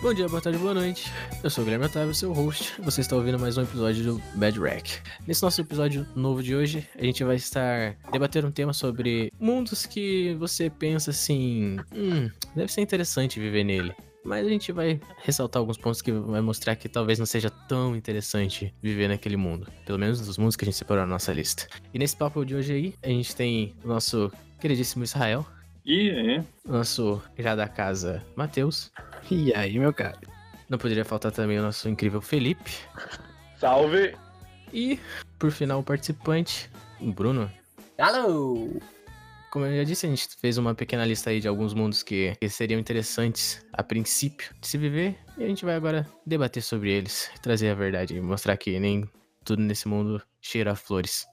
Bom dia, boa tarde, boa noite. Eu sou o Guilherme Otávio, seu host. Você está ouvindo mais um episódio do Bad Rack. Nesse nosso episódio novo de hoje, a gente vai estar debatendo um tema sobre mundos que você pensa assim, hum, deve ser interessante viver nele. Mas a gente vai ressaltar alguns pontos que vai mostrar que talvez não seja tão interessante viver naquele mundo. Pelo menos dos mundos que a gente separou na nossa lista. E nesse papo de hoje aí, a gente tem o nosso queridíssimo Israel, E é. nosso já da casa Matheus, E aí, meu cara? Não poderia faltar também o nosso incrível Felipe. Salve! E, por final, o participante, o Bruno. Alô! Como eu já disse, a gente fez uma pequena lista aí de alguns mundos que, que seriam interessantes a princípio de se viver. E a gente vai agora debater sobre eles, trazer a verdade e mostrar que nem tudo nesse mundo cheira a flores.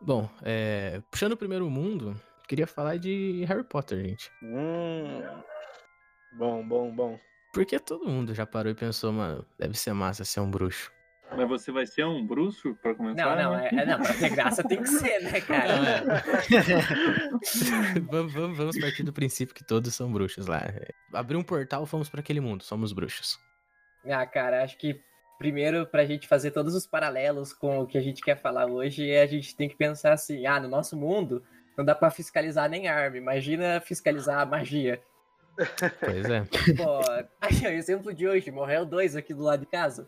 Bom, é, puxando o primeiro mundo, queria falar de Harry Potter, gente. Hum. Bom, bom, bom. Porque todo mundo já parou e pensou, mano, deve ser massa ser um bruxo. Mas você vai ser um bruxo pra Não, começar? né? não, é, é- não, pra ter graça tem que ser, né, Não, cara? é. vamos, vamos- vamos partir do princípio que todos são bruxos lá. Abriu um portal, fomos pra aquele mundo, somos bruxos. Ah, cara, acho que primeiro, pra gente fazer todos os paralelos com o que a gente quer falar hoje, é a gente tem que pensar assim: ah, no nosso mundo não dá pra fiscalizar nem arma, imagina fiscalizar a magia. Pois é. Pô, aí, ó, exemplo de hoje, morreu dois aqui do lado de casa.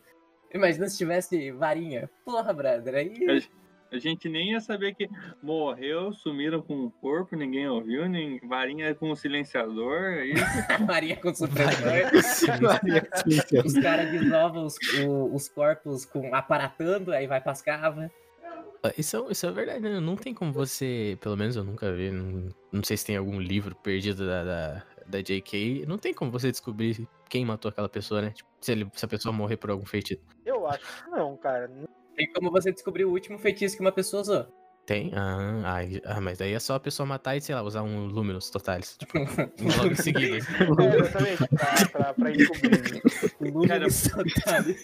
Imagina se tivesse varinha. Porra, brother, aí. A gente nem ia saber que morreu, sumiram com o corpo, ninguém ouviu, nem varinha é com o silenciador. é Aí... Varinha com supressor. Vai, sim. Os caras desnovam os, o- os corpos com aparatando, aí vai pras cavas. Isso, é- isso é verdade, né? Não tem como você. Pelo menos eu nunca vi. Não, não sei se tem algum livro perdido da, da, da JK. Não tem como você descobrir quem matou aquela pessoa, né? Tipo, se, ele- se a pessoa morrer por algum feitiço. Eu acho que não, cara. Tem como você descobrir o último feitiço que uma pessoa usou. Tem? Ah, ai, ah, mas daí é só a pessoa matar e, sei lá, usar um Luminous Totalis. Tipo, logo em seguida. É, exatamente, pra, pra, pra né? ir cobrindo. O Lula Cara, É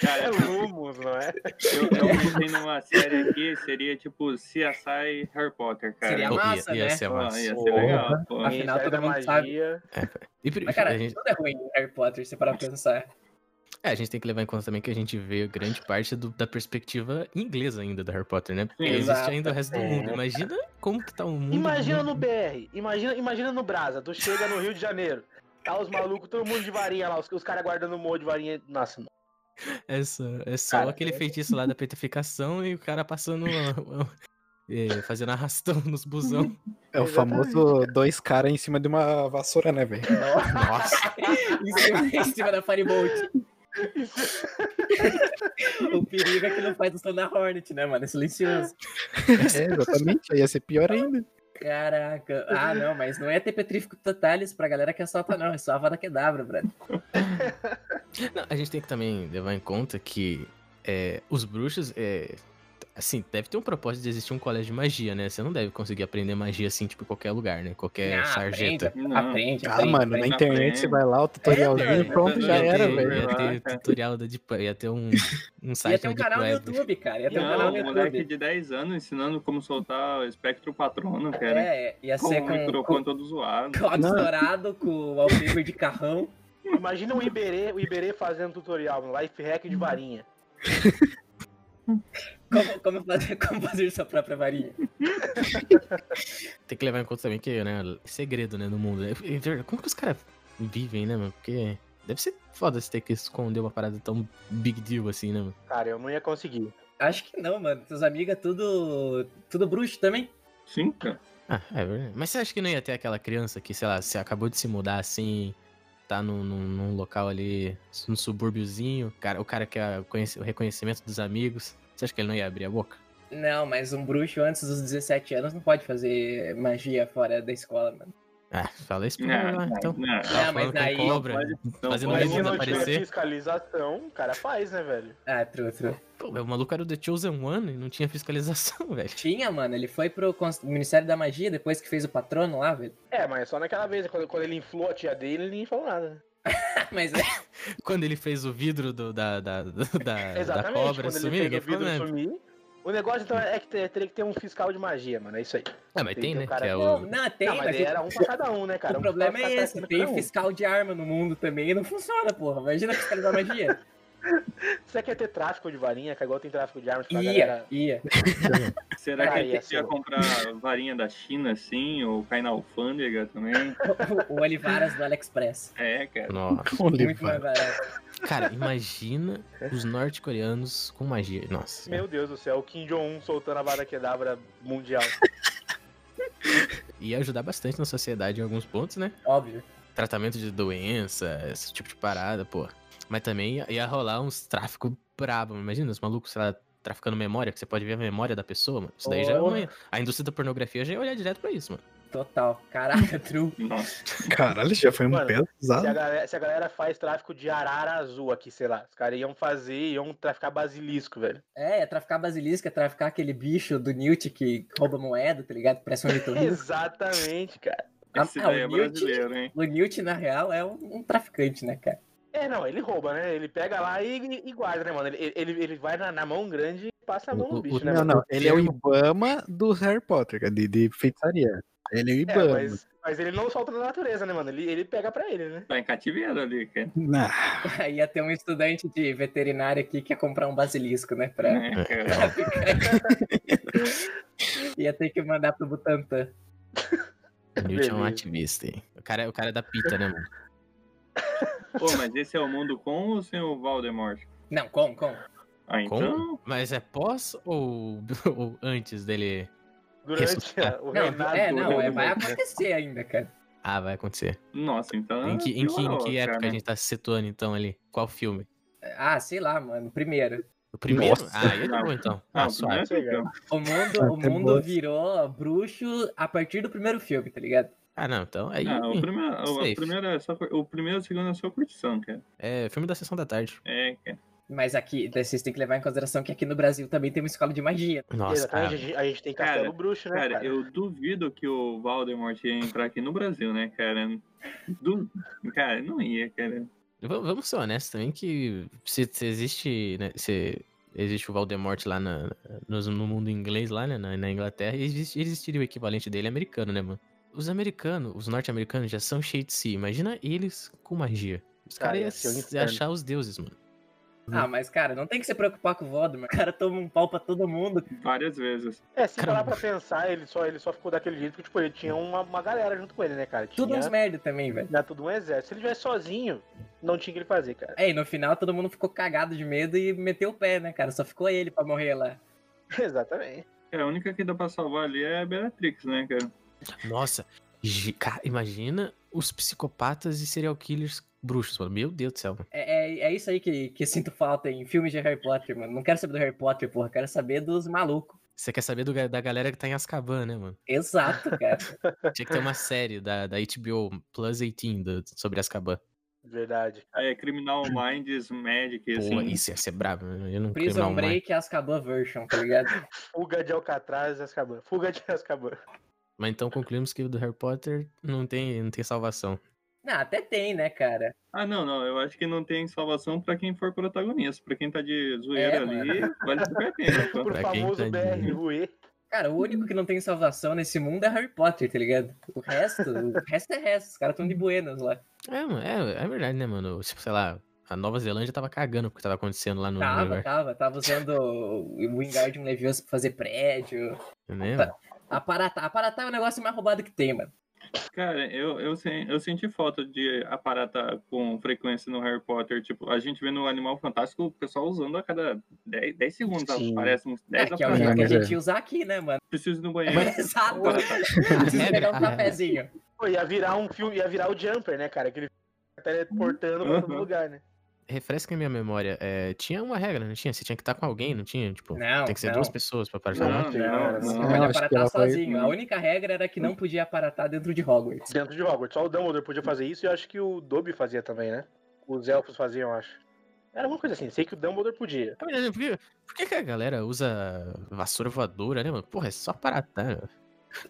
Cara, Lumos, não é? eu, eu pensei numa série aqui, seria tipo CSI Harry Potter, cara. Seria É Pô, massa, ia, ia né? ser Pô, massa. ia ser Porra. legal. pô. Afinal, Ministério todo é da mundo magia. E pri- Mas, cara, a gente, tudo é ruim em Harry Potter, se parar pra pensar. é, a gente tem que levar em conta também que a gente vê grande parte do- da perspectiva inglesa ainda do Harry Potter, né? Porque Sim, existe exato. ainda o resto do É. mundo. Imagina como que tá o mundo. Imagina no BR, imagina, imagina no Brasa, tu chega no Rio de Janeiro, tá os malucos, todo mundo de varinha lá, os, os caras guardando um monte de varinha. Nossa, não. É só, é só Cara, aquele é. feitiço lá da petrificação e o cara passando. é, fazendo arrastão nos busão. É o famoso dois caras em cima de uma vassoura, né, velho? Nossa! Em cima- é em cima da Firebolt. o perigo é que não faz o som da Hornet, né, mano? É silencioso. É, exatamente. Aí ia ser pior ainda. Caraca. Ah, não, mas não é ter petrífico totalis pra galera que assalta, não. É só a vada quedabra, brother. Não, a gente tem que também levar em conta que é, os bruxos. é, assim, deve ter um propósito de existir um colégio de magia, né? Você não deve conseguir aprender magia assim, tipo, em qualquer lugar, né? Qualquer Ah, sarjeta. Aprende, Não. aprende. Ah, aprende, mano, na aprende. internet você vai lá, o É, tutorialzinho, velho. pronto, já ia era, ter, velho. Ia ter Caraca. tutorial da Deep Web, ia ter um, um site Ia ter um da Deep canal no Web. YouTube, cara. Ia ter um canal Não, no um moleque YouTube. de 10 anos ensinando como soltar o espectro patrono, cara. É, ia né? com ser o com, microfone com, todo zoado. com áudio Não. estourado, com o wallpaper de carrão. Imagina o Iberê, o Iberê fazendo tutorial, um life hack de varinha. Como, como, fazer, como fazer sua própria varinha. Tem que levar em conta também que, né, segredo, né, no mundo. né? É verdade, Como que os caras vivem, né, mano? Porque deve ser foda você ter que esconder uma parada tão big deal assim, né, mano? Cara, eu não ia conseguir. Acho que não, mano. Seus amigos é tudo, tudo bruxo também. Sim, cara. Ah, é verdade. Mas você acha que não ia ter aquela criança que, sei lá, se acabou de se mudar assim, tá num, num, num local ali, num subúrbiozinho, cara, o cara quer conhece- o reconhecimento dos amigos. Você acha que ele não ia abrir a boca? Não, mas um bruxo antes dos 17 anos não pode fazer magia fora da escola, mano. Ah, fala isso pra Não, ele lá, não, então. não. Tava Não, mas falando com daí- cobra, Não fazendo Não pode. Mas se leões não tiver aparecer. fiscalização, o cara faz, né, velho? Ah, true, true. Pô, o maluco era o The Chosen One e não tinha fiscalização, velho. Tinha, mano. Ele foi pro cons- Ministério da Magia depois que fez o patrono lá, velho. É, mas só naquela vez, quando, quando ele inflou a tia dele, ele nem falou nada. Mas é, Quando ele fez o vidro do- da, da, da, É, da Exatamente. cobra quando ele sumir, fez ninguém o ficou vidro lembra. sumir. O negócio então é que ter- teria que ter um fiscal de magia, mano. É isso aí. Ah, mas Tem tem, que né? o cara- Que é não, o... não, tem, não, mas mas aí era um pra cada um, né, cara? o Um problema é fiscal pra esse, cada tem um. fiscal de arma no mundo também e não funciona, porra. Imagina fiscalizar magia. Você quer é ter tráfico de varinha, que agora tem tráfico de armas pra Ia, galera. ia. Será que Ah, ele ia podia ser. comprar varinha da China, assim, ou cair na alfândega também? O Olivaras do AliExpress. É, cara. Nossa. Muito mais barato. Cara, imagina os norte-coreanos com magia. é. Nossa. Meu Deus do céu, o Kim Jong-un soltando a vara quedabra mundial. Ia ajudar bastante na sociedade em alguns pontos, né? Óbvio. Tratamento de doença, esse tipo de parada, pô. Mas também ia, ia rolar uns tráfico brabo. Imagina, os malucos, sei lá, traficando memória, que você pode ver a memória da pessoa, mano. Isso daí já é uma... A indústria da pornografia já ia olhar direto pra isso, mano. Total. Caraca, true. Nossa. Caralho, já foi um uma Mano, pedra Se a, pesada. galera, se a galera faz tráfico de arara azul aqui, sei lá, os caras iam fazer, iam traficar basilisco, velho. É, é traficar basilisca, é traficar aquele bicho do Newt que rouba moeda, tá ligado? Parece um litorino. Exatamente, cara. Ah, Esse ah, daí o é Newt? brasileiro, hein? O Newt, na real, é um, um traficante, né, cara? É, não, ele rouba, né? Ele pega lá e, e guarda, né, mano? Ele, ele, ele vai na, na mão grande e passa a mão O- o- no bicho, né, Não, mano? não, ele é o Ibama do Harry Potter, cara, de, de feitiçaria. Ele é o É, Ibama. mas, mas ele não solta na natureza, né, mano? Ele, ele pega pra ele, né? Tá em cativeiro ali, cara. Nah, Aí ia ter um estudante de veterinária aqui que ia comprar um basilisco, né? Pra... É, cara. Ia ter que mandar pro Butantan. O Newt é um Beleza. ativista, hein? O cara, o cara é da pita, né, mano? Pô, mas esse é o mundo com ou sem o Valdemort? Não, com, com. Ah, Com? então. Mas é pós ou, ou antes dele. Durante Ressuscitar. a- o Não, reinado. é, não, do- é, do- vai acontecer ainda, cara. Ah, vai acontecer. Nossa, então. em que, em que, em piorou, que época cara. a gente tá se situando, então, ali? Qual filme? Ah, sei lá, mano. Primeiro, O primeiro? Nossa. Ah, aí tá bom, então. Ah, Ah, suave. não é legal. o mundo, o Até mundo boa. virou bruxo a partir do primeiro filme, tá ligado? Ah, não, então. Aí. Ah, o, primeiro, o, Safe. a primeira é só, cur- o primeiro e o segundo é só curtição, cara. É filme da sessão da tarde. É, cara. Mas aqui, daí vocês têm que levar em consideração que aqui no Brasil também tem uma escola de magia. Nossa, Exatamente, ah, a gente, a gente tem Cara, Castelo Bruxo, né, Cara, cara? eu duvido que o Valdemort ia entrar aqui no Brasil, né, cara? Du... Cara, não ia, cara. v- vamos ser honestos também que se, se existe. Né, se existe o Voldemort lá na, nos- no, mundo inglês, lá né, na, na Inglaterra, existe- existiria o equivalente dele americano, né, mano? Os americanos, os norte-americanos já são cheio de si. Imagina eles com magia. Os Cara, caras ia ser um iam se inferno. achar os deuses, mano. Ah, mas, cara, não tem que se preocupar com o Voldemort. O cara toma um pau pra todo mundo. Várias vezes. É, se Caramba. parar pra pensar, ele só, ele só ficou daquele jeito que, tipo, ele tinha uma, uma galera junto com ele, né, cara? Tinha, Tudo uns merda também, velho. era tudo um exército. Se ele tivesse sozinho, não tinha o que ele fazer, cara. É, e no final todo mundo ficou cagado de medo e meteu o pé, né, cara? Só ficou ele pra morrer lá. Cara, Exatamente. É, a única que dá pra salvar ali é a Beatrix, né, cara? Nossa, gi- ca- imagina os psicopatas e serial killers bruxos, mano. Meu Deus do céu, mano. É, é, é isso aí que, que sinto falta em filmes de Harry Potter, mano. Não quero saber do Harry Potter, porra. Quero saber dos malucos. Você quer saber do ga- da galera que tá em Azkaban, né, mano? Exato, cara. Tinha que ter uma série da, da HBO Plus 18 do- sobre Azkaban. Verdade. Aí é Criminal Minds Magic, assim. Pô, isso ia ser brabo. né? Eu não Prison criminal mais. Break e Azkaban version, tá ligado? Fuga de Alcatraz e Azkaban. Fuga de Azkaban. Mas então concluímos que o do Harry Potter não tem, não tem salvação. Não, até tem, né, cara? Ah, não, não. Eu acho que não tem salvação pra quem for protagonista. Pra quem tá de zoeira É, ali, vale super a pena. pô. Por Pra quem tá famoso de- BR Rue. Cara, o único que não tem salvação nesse mundo é Harry Potter, tá ligado? O resto, o resto é resto. Os caras tão de buenas lá. É, mano, é, é verdade, né, mano? Tipo, sei lá, a Nova Zelândia tava cagando porque tava acontecendo lá no Tava, universo. tava. Tava usando o Wingardium Leviosa pra fazer prédio. Né, tá. mano? Aparatar. Aparatar é o negócio mais roubado que tem, mano. Cara, eu, eu, sen- eu senti falta de aparata com frequência no Harry Potter. Tipo, a gente vê no Animal Fantástico o pessoal usando a cada 10, 10 segundos. Sim. Aparece uns 10 É, que é o Não, jeito que a mas gente ia usar aqui, né, mano? Preciso ir no banheiro. Exato. Aparata. Precisa pegar A um regra- a- cafezinho. Pô, ia virar um filme, ia virar o Jumper, né, cara? Aquele filme que tá teleportando pra todo Uhum. lugar, né? Refresca a minha memória. é, tinha uma regra, não tinha? Você tinha que estar com alguém, não tinha? Tipo, Não, tem que ser não. duas pessoas pra parar. Não, não, Você não. pode acho que aparatar ela foi- sozinho. A única regra era que não podia aparatar dentro de Hogwarts. Dentro de Hogwarts. Só o Dumbledore podia fazer isso e eu acho que o Dobby fazia também, né? Os elfos faziam, eu acho. Era alguma coisa assim, sei que o Dumbledore podia. Ah, mas Por que, por que que a galera usa vassoura voadora, né, mano? Porra, é só aparatar.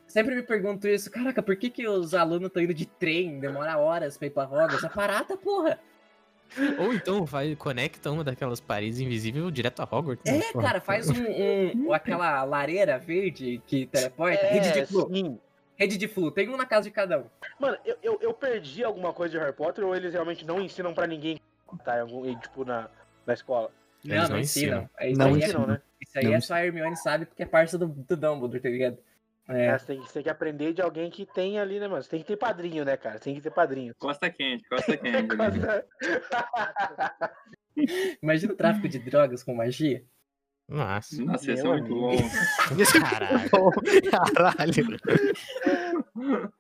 sempre me pergunto isso, caraca, por que, que os alunos estão indo de trem, demora horas pra ir pra roda? Essa parada, porra! Ou então vai, conecta uma daquelas paredes invisíveis direto a Hogwarts. né? É, cara, faz um, um- aquela lareira verde que teleporta. rede É, de flu, sim. rede de flu, tem um na casa de cada um. Mano, eu, eu, eu perdi alguma coisa de Harry Potter ou eles realmente não ensinam pra ninguém tá, em algum- em, tipo, na, na escola? Eles Não, não não ensinam. É Isso Não aí, é- ensinam, né? isso aí Não é só a Hermione sabe porque é parça do, do Dumbledore, tá ligado? É, Mas tem, que- tem que aprender de alguém que tem ali, né, mano? Você tem que ter padrinho, né, cara? Você tem que ter padrinho. Costa quente, costa quente. Quase- imagina o tráfico de drogas com magia. Nossa. Nossa, esse é Meu muito bom. amigo. Caralho. Caralho.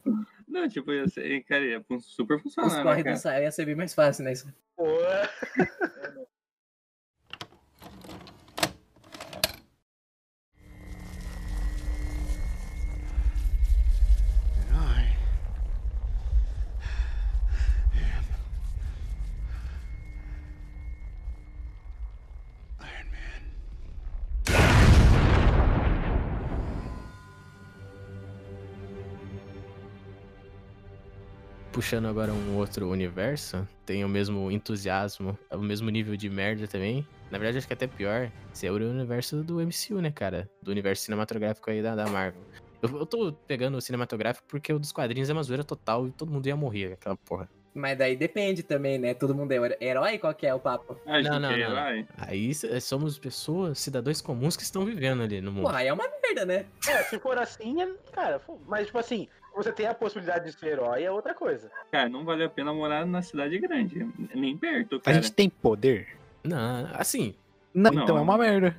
Não, tipo, ia ser, cara, ia fun- super Os funcionar, né, corre do cara? saia ia ser bem mais fácil, né? Isso. Pô. I am Iron Man. Puxando agora um outro universo, tem o mesmo entusiasmo, é o mesmo nível de merda também. Na verdade, acho que é até pior. Esse é o universo do MCU, né, cara? Do universo cinematográfico aí da, da Marvel. Eu, eu tô pegando o cinematográfico porque o dos quadrinhos é uma zoeira total e todo mundo ia morrer, aquela porra. Mas daí depende também, né? Todo mundo é hero- herói? Qual que é o papo? A gente Não, não, é não. herói. Aí s- somos pessoas, cidadãos comuns que estão vivendo ali no mundo. Porra, aí é uma merda, né? É, se for assim, é- cara, fo- mas tipo assim, você tem a possibilidade de ser herói, é outra coisa. Cara, não vale a pena morar na cidade grande. Nem perto, A cara. gente tem poder? Não, assim, Não, Não. então é uma merda.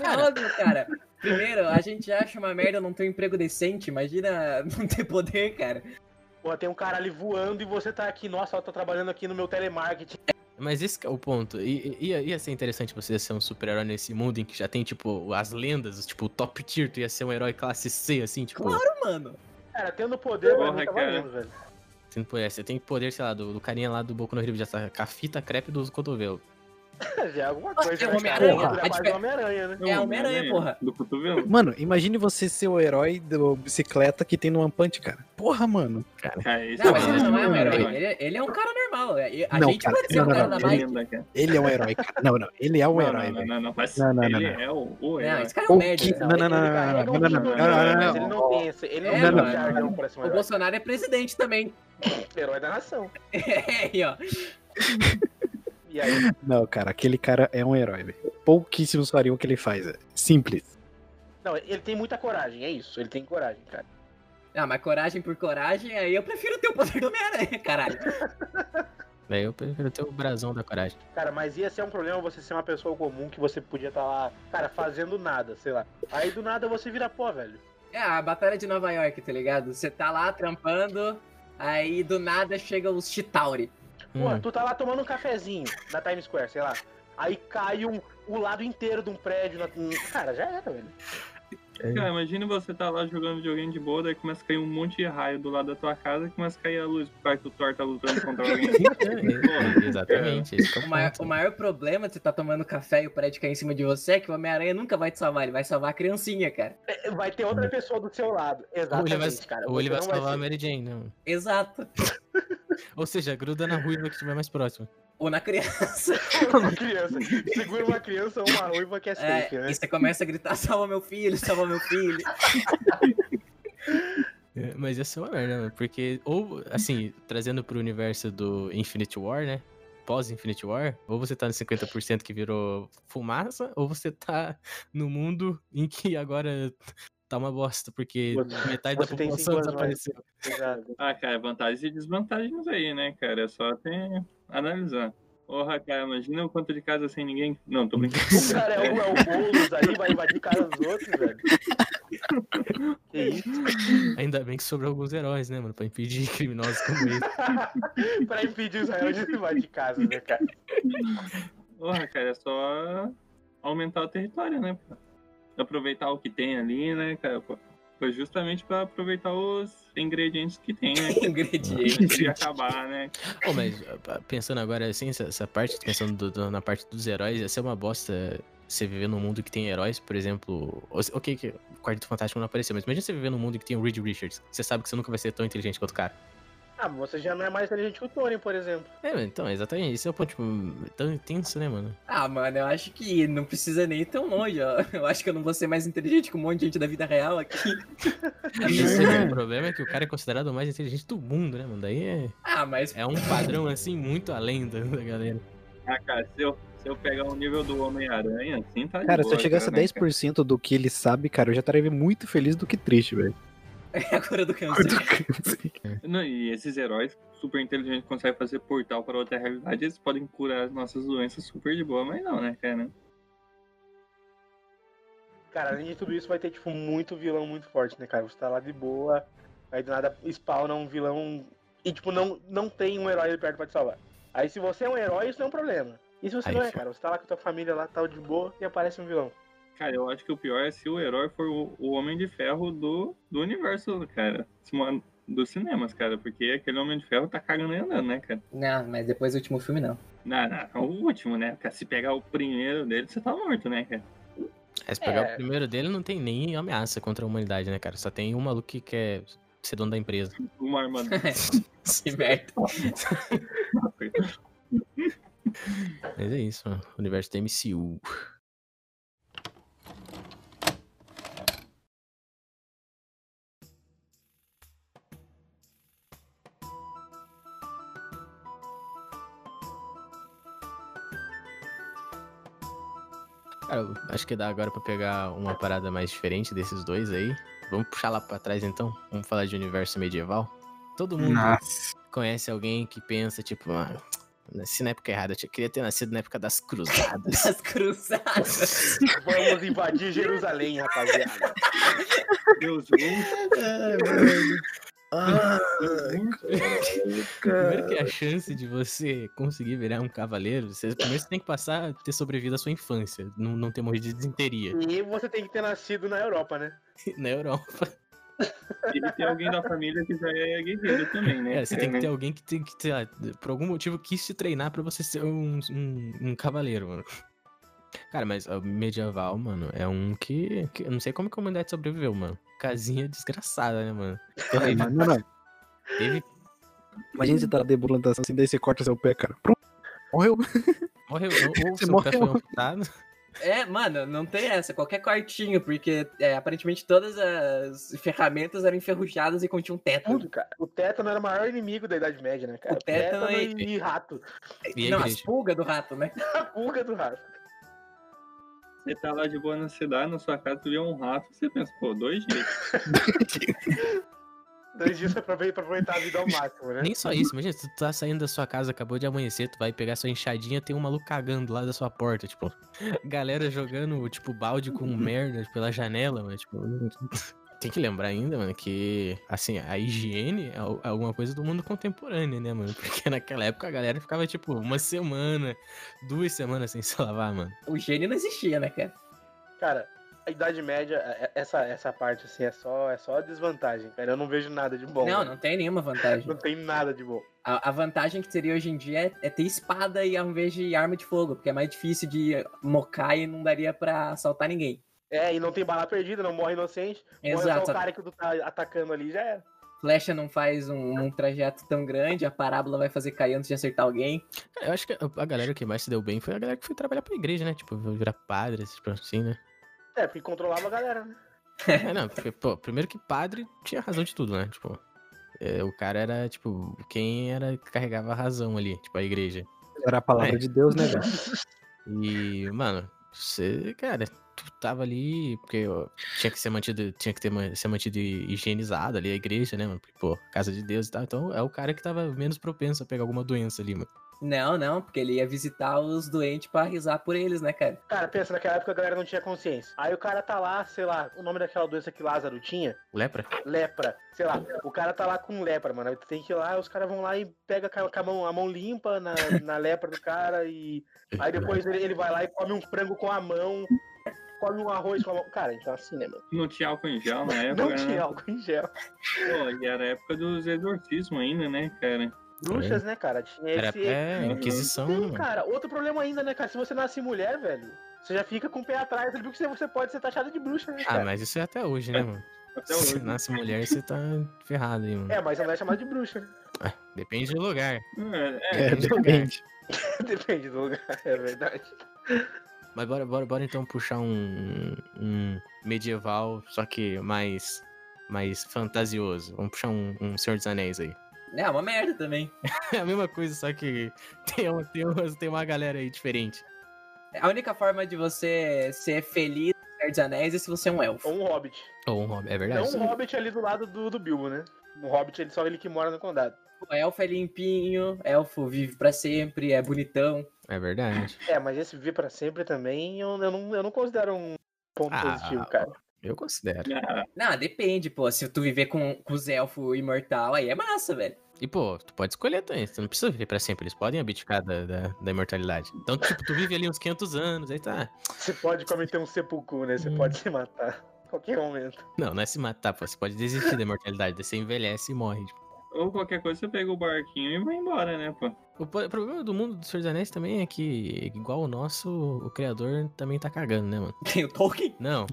É óbvio, cara. Primeiro, a gente acha uma merda não ter um emprego decente. Imagina não ter poder, cara. É Porra, tem um cara ali voando e você tá aqui, nossa, eu tô trabalhando aqui no meu telemarketing. Mas esse que é o ponto. I- i- ia, ia ser interessante você ser um super-herói nesse mundo em que já tem, tipo, as lendas, tipo, o top tier, tu ia ser um herói classe C, assim, tipo. Claro, mano. Cara, tendo poder, Porra, pra mim tá cara. valendo, velho. Você, não pode- você tem poder, sei lá, do, do carinha lá do Boku no Hero de atacar com a fita crepe do cotovelo. Já é alguma Nossa, coisa. é o né, Homem-Aranha, cara? a É quase diferença- o Homem-Aranha, né? É Homem-Aranha, né? porra. Do cotovelo. Mano, imagine você ser o herói da bicicleta que tem no One Punch, cara. Porra, mano. Cara, esse Não, mas é ele não é um herói. herói. Ele, ele é um cara normal. E A Não, gente cara, pode ser um não, cara não, da Ele Nike. lembra, cara. Ele é um herói, cara. Não, não. Ele é um Não, herói, não, velho. não, não, mas Não, não, ele não, é o, o Não, herói. esse cara é um O merda. que- cara. Não, não, não, Ele carrega um não, não, não, não, título, não, não, né, não, mas não. Ele não tem esse, ele não É, tem não, um jargão pra ser um O herói. Bolsonaro é presidente também. Herói da nação. É, aí, ó. E aí, Não, cara, aquele cara é um herói, velho. Pouquíssimos fariam o que ele faz, é. Simples. não, ele tem muita coragem, é isso. Ele tem coragem, cara. Ah, mas coragem por coragem, aí eu prefiro ter o poder do Homem-Aranha, caralho. Daí eu prefiro ter o brasão da coragem. Cara, mas ia ser um problema você ser uma pessoa comum que você podia estar lá, cara, fazendo nada, sei lá. Aí do nada você vira pó, velho. É, a Batalha de Nova York, tá ligado? Você tá lá trampando, aí do nada chega os Chitauri. Porra, Hum, tu tá lá tomando um cafezinho na Times Square, sei lá. Aí cai um, o lado inteiro de um prédio. Na... Cara, já era, velho. Cara, imagina você tá lá jogando videogame de boa, daí começa a cair um monte de raio do lado da tua casa e começa a cair a luz por causa que o Thor tá lutando contra alguém. é, é, exatamente, esse que é O o maior, o ponto. maior problema de você tá tomando café e o prédio cair em cima de você é que o Homem-Aranha nunca vai te salvar, ele vai salvar a criancinha, cara. É, Vai ter outra pessoa do seu lado. Hum. Ou ele Exatamente, vai, cara. um ou ele Você vai não salvar a ser- Mary Jane, não. Exato. Ou seja, gruda na ruiva que estiver mais próximo. Ou na criança. uma criança. Segura uma criança ou uma ruiva que é safe, É, né? e você começa a gritar, salva meu filho, salva meu filho. É, Mas ia ser uma merda, mano, porque, ou, assim, trazendo pro universo do Infinity War, né? Pós-Infinity War, ou você tá no 50% que virou fumaça, ou você tá no mundo em que agora tá uma bosta, porque Você- metade da você tem população cinco anos desapareceu. Exato. Ah, cara, vantagens e desvantagens aí, né, cara? É só tem analisar. Porra, cara, imagina o quanto de casa sem ninguém. Não, tô brincando. O cara é o, é o Boulos ali, vai invadir casa dos outros, velho. Que isso? Ainda bem que sobrou alguns heróis, né, mano, pra impedir criminosos como ele. pra impedir Israel de invadir casa, né, cara? Porra, cara, é só aumentar o território, né? pô? Aproveitar o que tem ali, né, cara? Pô? Foi justamente pra aproveitar os ingredientes que tem, né? Ingrediente. Antes de acabar, né? Pô, mas ah, ah, pensando agora, assim, essa, essa parte, pensando do- do- na parte dos heróis, ia ser é uma bosta você viver num mundo que tem heróis, por exemplo. os- Ok, que o Quarteto Fantástico não apareceu, mas imagina você viver num mundo que tem o Reed Richards. Você sabe que você nunca vai ser tão inteligente quanto o cara. Ah, mas você já não é mais inteligente que o Tony, por exemplo. É, mano, então, exatamente. Isso é o ponto, tipo, tão intenso, né, mano? Ah, mano, eu acho que não precisa nem ir tão longe, ó. Eu acho que eu não vou ser mais inteligente que um monte de gente da vida real aqui. Esse é o problema é que o cara é considerado o mais inteligente do mundo, né, mano? Daí é, Ah, mas. é um padrão, assim, muito além da, da galera. Ah, cara, se eu, se eu pegar o nível do Homem-Aranha, assim tá de Cara, se boa, eu chegasse a né, 10% do que ele sabe, cara, eu já estaria muito feliz do que triste, velho. É a cura do câncer. Não, e esses heróis super inteligentes que conseguem fazer portal para outra realidade, eles podem curar as nossas doenças super de boa, mas não, né, cara? Cara, além de tudo isso, vai ter, tipo, muito vilão muito forte, né, cara? Você tá lá de boa, aí do nada spawna um vilão e, tipo, não, não tem um herói ali perto pra te salvar. Aí se você é um herói, isso não é um problema. E se você Aí não é, fica. cara? Você tá lá com a tua família lá, tal, de boa, e aparece um vilão. Cara, eu acho que o pior é se o herói for o, o Homem de Ferro do, do universo, cara. Se uma- Dos cinemas, cara, porque aquele Homem de Ferro tá cagando e andando, né, cara? Não, mas depois do último filme não. Não, não, não, o último, né? Cara, se pegar o primeiro dele, você tá morto, né, cara? É, se pegar É. o primeiro dele, não tem nem ameaça contra a humanidade, né, cara? Só tem um maluco que quer ser dono da empresa. Uma armadura. Se merda. Mas é isso, mano. O universo da MCU. Cara, eu acho que dá agora pra pegar uma parada mais diferente desses dois aí. Vamos puxar lá pra trás então. Vamos falar de universo medieval. Todo mundo Nossa. conhece alguém que pensa, tipo, ah, nasci na época errada, eu tinha- queria ter nascido na época das cruzadas. Das cruzadas. Vamos invadir Jerusalém, rapaziada. Deus, eu- primeiro que a chance de você conseguir virar um cavaleiro, você, primeiro você tem que passar a ter sobrevivido à sua infância, não, não ter morrido de desinteria E você tem que ter nascido na Europa, né? na Europa. ele tem alguém da família que já é guerreiro também, né? É, você tem que cara? ter Uhum. alguém que tem que, sei lá, por algum motivo quis te treinar pra você ser um, um, um cavaleiro, mano. Cara, mas o medieval, mano, é um que, que- Eu não sei como que a humanidade sobreviveu, mano. Casinha desgraçada, né, mano? Ai, mano, não, não. Teve Imagina você tá debulando assim, daí você corta seu pé, cara. Pronto. Morreu. Morreu, ou- ou Você seu pé foi morreu. amputado. É, mano, não tem essa. Qualquer cortinho, porque é, aparentemente todas as ferramentas eram enferrujadas e continham um Hum. teto. Tudo, cara. O tétano era o maior inimigo da Idade Média, né, cara? O tétano e... e rato. E aí, não, as Cristian? pulgas do rato, né? A pulga do rato. Você tá lá de boa na cidade, na sua casa, tu vê um rato, você pensa, pô, dois dias. Dois dias pra aproveitar- pra aproveitar a vida ao máximo, né? Nem só isso, imagina, tu tá saindo da sua casa, acabou de amanhecer, tu vai pegar sua enxadinha, tem um maluco cagando lá da sua porta, tipo, galera jogando, tipo, balde com merda pela janela, mas, tipo, tem que lembrar ainda, mano, que, assim, a higiene é al- alguma coisa do mundo contemporâneo, né, mano, porque naquela época a galera ficava, tipo, uma semana, duas semanas sem se lavar, mano. O gênio não existia, né, cara? Cara, a Idade Média, é- essa, essa parte, assim, é só, é só a desvantagem, cara. Eu não vejo nada de bom. não, né? não tem nenhuma vantagem. Não tem nada de bom. A, a vantagem que teria hoje em dia é, é ter espada e ao invés de arma de fogo, porque é mais difícil de mocar e não daria pra assaltar ninguém. É, e não tem bala perdida, não morre inocente. Morre Exato. só o cara que tu tá atacando ali, já era. Flecha não faz um, um trajeto tão grande, a parábola vai fazer cair antes de acertar alguém. Cara, Eu acho que a a galera que mais se deu bem foi a galera que foi trabalhar pra igreja, né, tipo, virar padre, tipo, assim, né. É, porque controlava a galera, né? É, não, porque, pô, primeiro que padre tinha razão de tudo, né? Tipo, é, o cara era, tipo, quem era que carregava a razão ali, tipo, a igreja. Era a palavra É. de Deus, né, velho? E, mano, você, cara, tu tava ali, porque ó, tinha que ser mantido, tinha que ter, ma- ser mantido higienizado ali, a igreja, né, mano? Porque, pô, casa de Deus e tal. Então é o cara que tava menos propenso a pegar alguma doença ali, mano. Não, não, porque ele ia visitar os doentes pra risar por eles, né, cara? Cara, pensa, naquela época a galera não tinha consciência. Aí o cara tá lá, sei lá, o nome daquela doença que Lázaro tinha, Lepra? lepra. Sei lá, o cara tá lá com lepra, mano. Aí tu tem que ir lá, os caras vão lá e pega com a- com a mão, a mão limpa na, na lepra do cara e. Aí depois ele, ele vai lá e come um frango com a mão, come um arroz com a mão. Cara, então assim, né, mano? Não tinha álcool em gel na É, época, Não tinha né? álcool em gel. Pô, e era a época dos exorcismos ainda, né, cara? Bruxas, né, cara? Tinha É. Era esse. Então, até Inquisição, né, Sim, mano. cara. Outro problema ainda, né, cara? Se você nasce mulher, velho. Você já fica com o pé atrás ali, porque você pode ser taxado de bruxa, né, Ah, cara? mas isso é até hoje, né, mano? Até Se hoje. nasce mulher, você tá ferrado aí, mano. É, mas ela é chamada de bruxa, né? Depende do lugar. É, É, depende. Depende do lugar, é verdade. Mas bora, bora, bora então puxar um, um medieval, só que mais, mais fantasioso. Vamos puxar um, um Senhor dos Anéis aí. É uma merda também. É a mesma coisa, só que tem, um- tem, um- tem uma galera aí diferente. A única forma de você ser feliz no Senhor dos Anéis é se você é um elfo. Ou um hobbit. Ou um hobbit, é É verdade. um hobbit ali do lado do, do Bilbo, né? Um hobbit, ele só ele que mora no condado. O elfo é limpinho, elfo vive pra sempre, é bonitão. É verdade. É, mas esse viver pra sempre também, eu, eu não, eu não considero um ponto Ah, positivo, cara. Eu considero. Ah, Não, depende, pô. Se tu viver com, com os elfos imortal, aí é massa, velho. E, pô, tu pode escolher também. Tu não precisa viver pra sempre. Eles podem abdicar da, da, da imortalidade. Então, tipo, tu vive ali uns 500 anos, aí tá. Você pode cometer um sepulcro, né? Você Hum. pode se matar. a Qualquer momento. Não, não é se matar, pô. Você pode desistir da imortalidade. daí Você envelhece e morre. ou qualquer coisa, você pega o barquinho e vai embora, né, pô? O po- o problema do mundo do Senhor dos Anéis também é que, igual o nosso, o criador também tá cagando, né, mano? Tem o Tolkien. Não.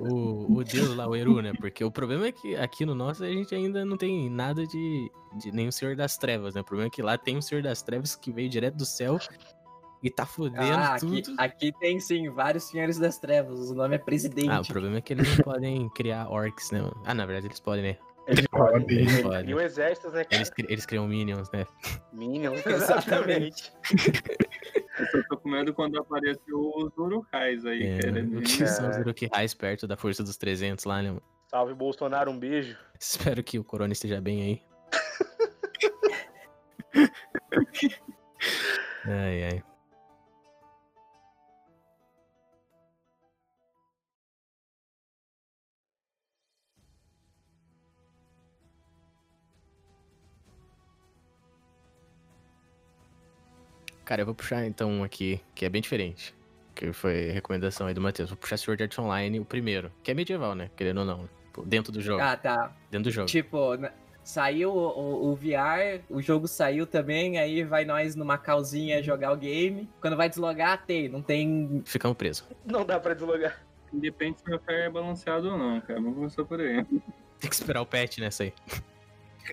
o, o, o deus lá, o Eru, né? Porque o problema é que aqui no nosso a gente ainda não tem nada de, de nem o Senhor das Trevas, né? O problema é que lá tem o Senhor das Trevas que veio direto do céu e tá fodendo Ah, aqui, tudo. aqui tem sim vários Senhores das Trevas. O nome é Presidente. Ah, o problema é que eles não podem criar orcs, né? mano? Ah, na verdade eles podem, né? Eles podem. Eles E podem. um exército, né, cara? Eles, cri- eles criam minions, né? Minions, Exatamente. exatamente. Eu só tô com medo quando apareceu os urukais aí, É, cara. o que são os Uruk-hais perto da força dos 300 lá, né? mano? Salve, Bolsonaro, um beijo. Espero que o Corona esteja bem aí. ai, ai. Cara, eu vou puxar então um aqui que é bem diferente. Que foi recomendação aí do Matheus. Vou puxar Sword Art Online, o primeiro. Que é medieval, né? Querendo ou não. Tipo, Dentro do jogo. Ah, tá. Dentro do jogo. Tipo, na- saiu o, o- o VR, o jogo saiu também, aí vai nós numa calzinha jogar o game. Quando vai deslogar, tem. Não tem. Ficamos presos. Não dá pra deslogar. Independe se meu ferro é balanceado ou não, cara. Vamos começar por aí. Tem que esperar o patch nessa aí.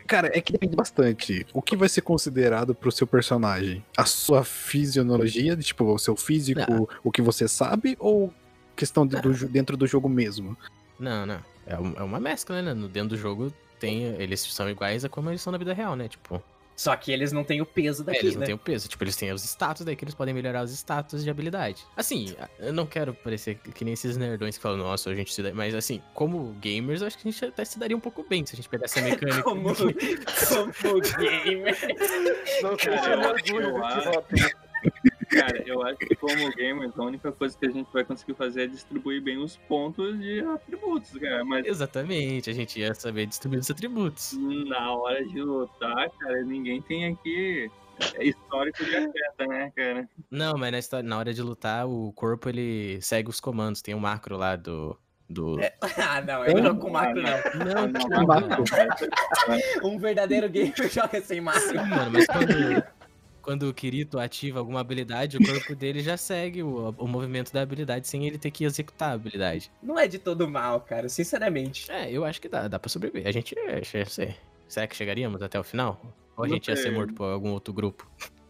Cara, é que depende bastante. O que vai ser considerado pro seu personagem? A sua fisionologia, tipo, o seu físico, o que você sabe, ou questão de- do jo- dentro do jogo mesmo? Não, não. É, um- é uma mescla, né? No dentro do jogo tem. Eles são iguais a como eles são na vida real, né? Tipo, Só que eles não têm o peso é, daqui, eles não né? têm o peso. Tipo, eles têm os status, daí que eles podem melhorar os status de habilidade. Assim, eu não quero parecer que que nem esses nerdões que falam, nossa, a gente se dá. Mas assim, como gamers, eu acho que a gente até se daria um pouco bem se a gente pegasse a mecânica. Como, como gamer. Não sei se Cara, é eu meu acho- orgulho eu do acho- T-Hop. né? Cara, eu acho que como gamers, a única coisa que a gente vai conseguir fazer é distribuir bem os pontos de atributos, cara. Mas Exatamente, a gente ia saber distribuir os atributos. na hora de lutar, cara, ninguém tem aqui histórico de atleta, né, cara? Não, mas na, história- na hora de lutar, o corpo ele segue os comandos. Tem um macro lá do. do... Ah, não, eu não jogo com macro, não. Não, não, não, não, não. cara. Um verdadeiro gamer joga sem macro. Ah, Mano, mas quando, quando o Kirito ativa alguma habilidade, o corpo dele já segue o, o movimento da habilidade sem ele ter que executar a habilidade. Não é de todo mal, cara, sinceramente. É, eu acho que dá, dá pra sobreviver. A gente é, che- sei. Será que chegaríamos até o final? Ou a Não gente ia ser sei. morto por algum outro grupo?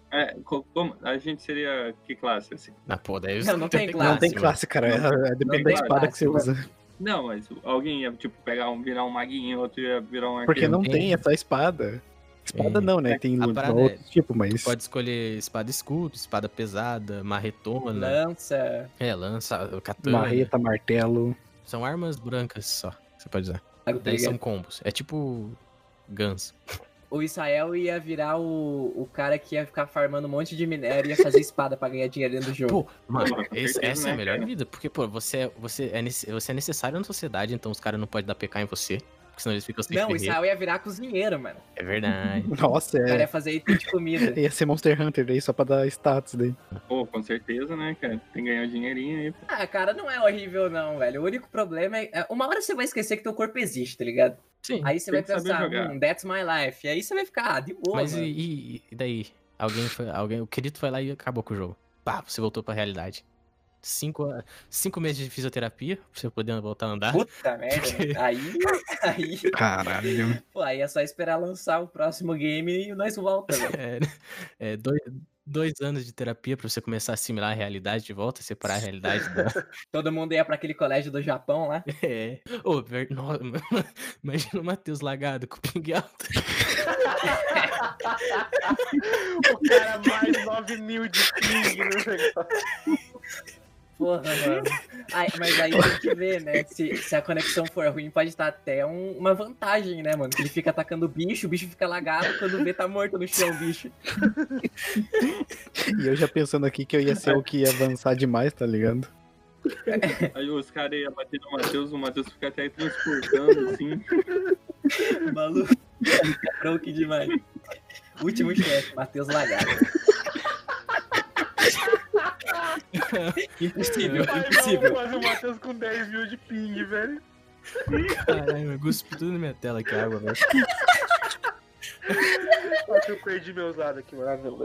É, co- como, a gente seria que classe, assim? Na pô, daí Não, não tem classe, não tem classe, cara. É- é- depende Não da tem espada que classe, você usa. Não, mas alguém ia, tipo, pegar um, virar um maguinho, outro ia virar um Porque arqueiro. não tem. tem essa espada. Espada Tem. não, né? Tem A lu- parada outro tipo, mas. Pode escolher espada escudo, espada pesada, marretona, Lança. é, lança, katana. Marreta, martelo. São armas brancas só, que você pode usar. sabe, tá Daí são ligado? combos. É tipo guns. O Israel ia virar o, o cara que ia ficar farmando um monte de minério e ia fazer espada pra ganhar dinheiro dentro do jogo. Pô, mano, com esse- certeza, essa é a né, melhor cara? vida, porque, pô, você, você, é, nece- você é necessário na sociedade, então os caras não podem dar PK em você, porque senão eles ficam sem Não, é o ferreiro. Israel ia virar cozinheiro, mano. É verdade. Nossa, O cara é. ia fazer item de comida. Ia ser Monster Hunter daí só pra dar status né? daí. Pô, com certeza, né, cara? Tem que ganhar um dinheirinho aí. pô. Ah, cara, não é horrível não, velho. O único problema é... é, Uma hora você vai esquecer que teu corpo existe, tá ligado? Sim, Aí você Tem vai que saber pensar, jogar. hum, that's my life. E aí você vai ficar, ah, de boa, mas e, mano. e- e daí? Alguém foi, alguém, o querido foi lá e acabou com o jogo. pá, você voltou pra realidade. Cinco, a- cinco meses de fisioterapia pra você poder voltar a andar. Puta merda. né? Aí, aí, Caralho. pô, aí é só esperar lançar o próximo game e nós volta, velho. É, é, dois, dois anos de terapia pra você começar a assimilar a realidade de volta, separar a realidade né? da. Todo mundo ia pra aquele colégio do Japão lá. É. Ô, pior- nossa, mano, imagina o Matheus lagado com o pingue alto. O cara é mais 9 mil de ping né, no negócio. Porra, mano. Ai, mas aí tem que ver, né? Se, se a conexão for ruim, pode estar até um- uma vantagem, né, mano? Que ele fica atacando o bicho, o bicho fica lagado, quando vê tá morto no chão o bicho. E eu já pensando aqui que eu ia ser o que ia avançar demais, tá ligado? Aí os caras iam bater no Matheus, o Matheus fica até transportando, assim. Tá Maluco. Broke demais. Último chefe, Matheus Lagado. Impossível, Ai, não, É impossível. Quase o Matheus com 10 mil de ping, velho. Caralho, eu cuspi tudo na minha tela que água, velho. Nossa, eu perdi meus lados aqui, mano.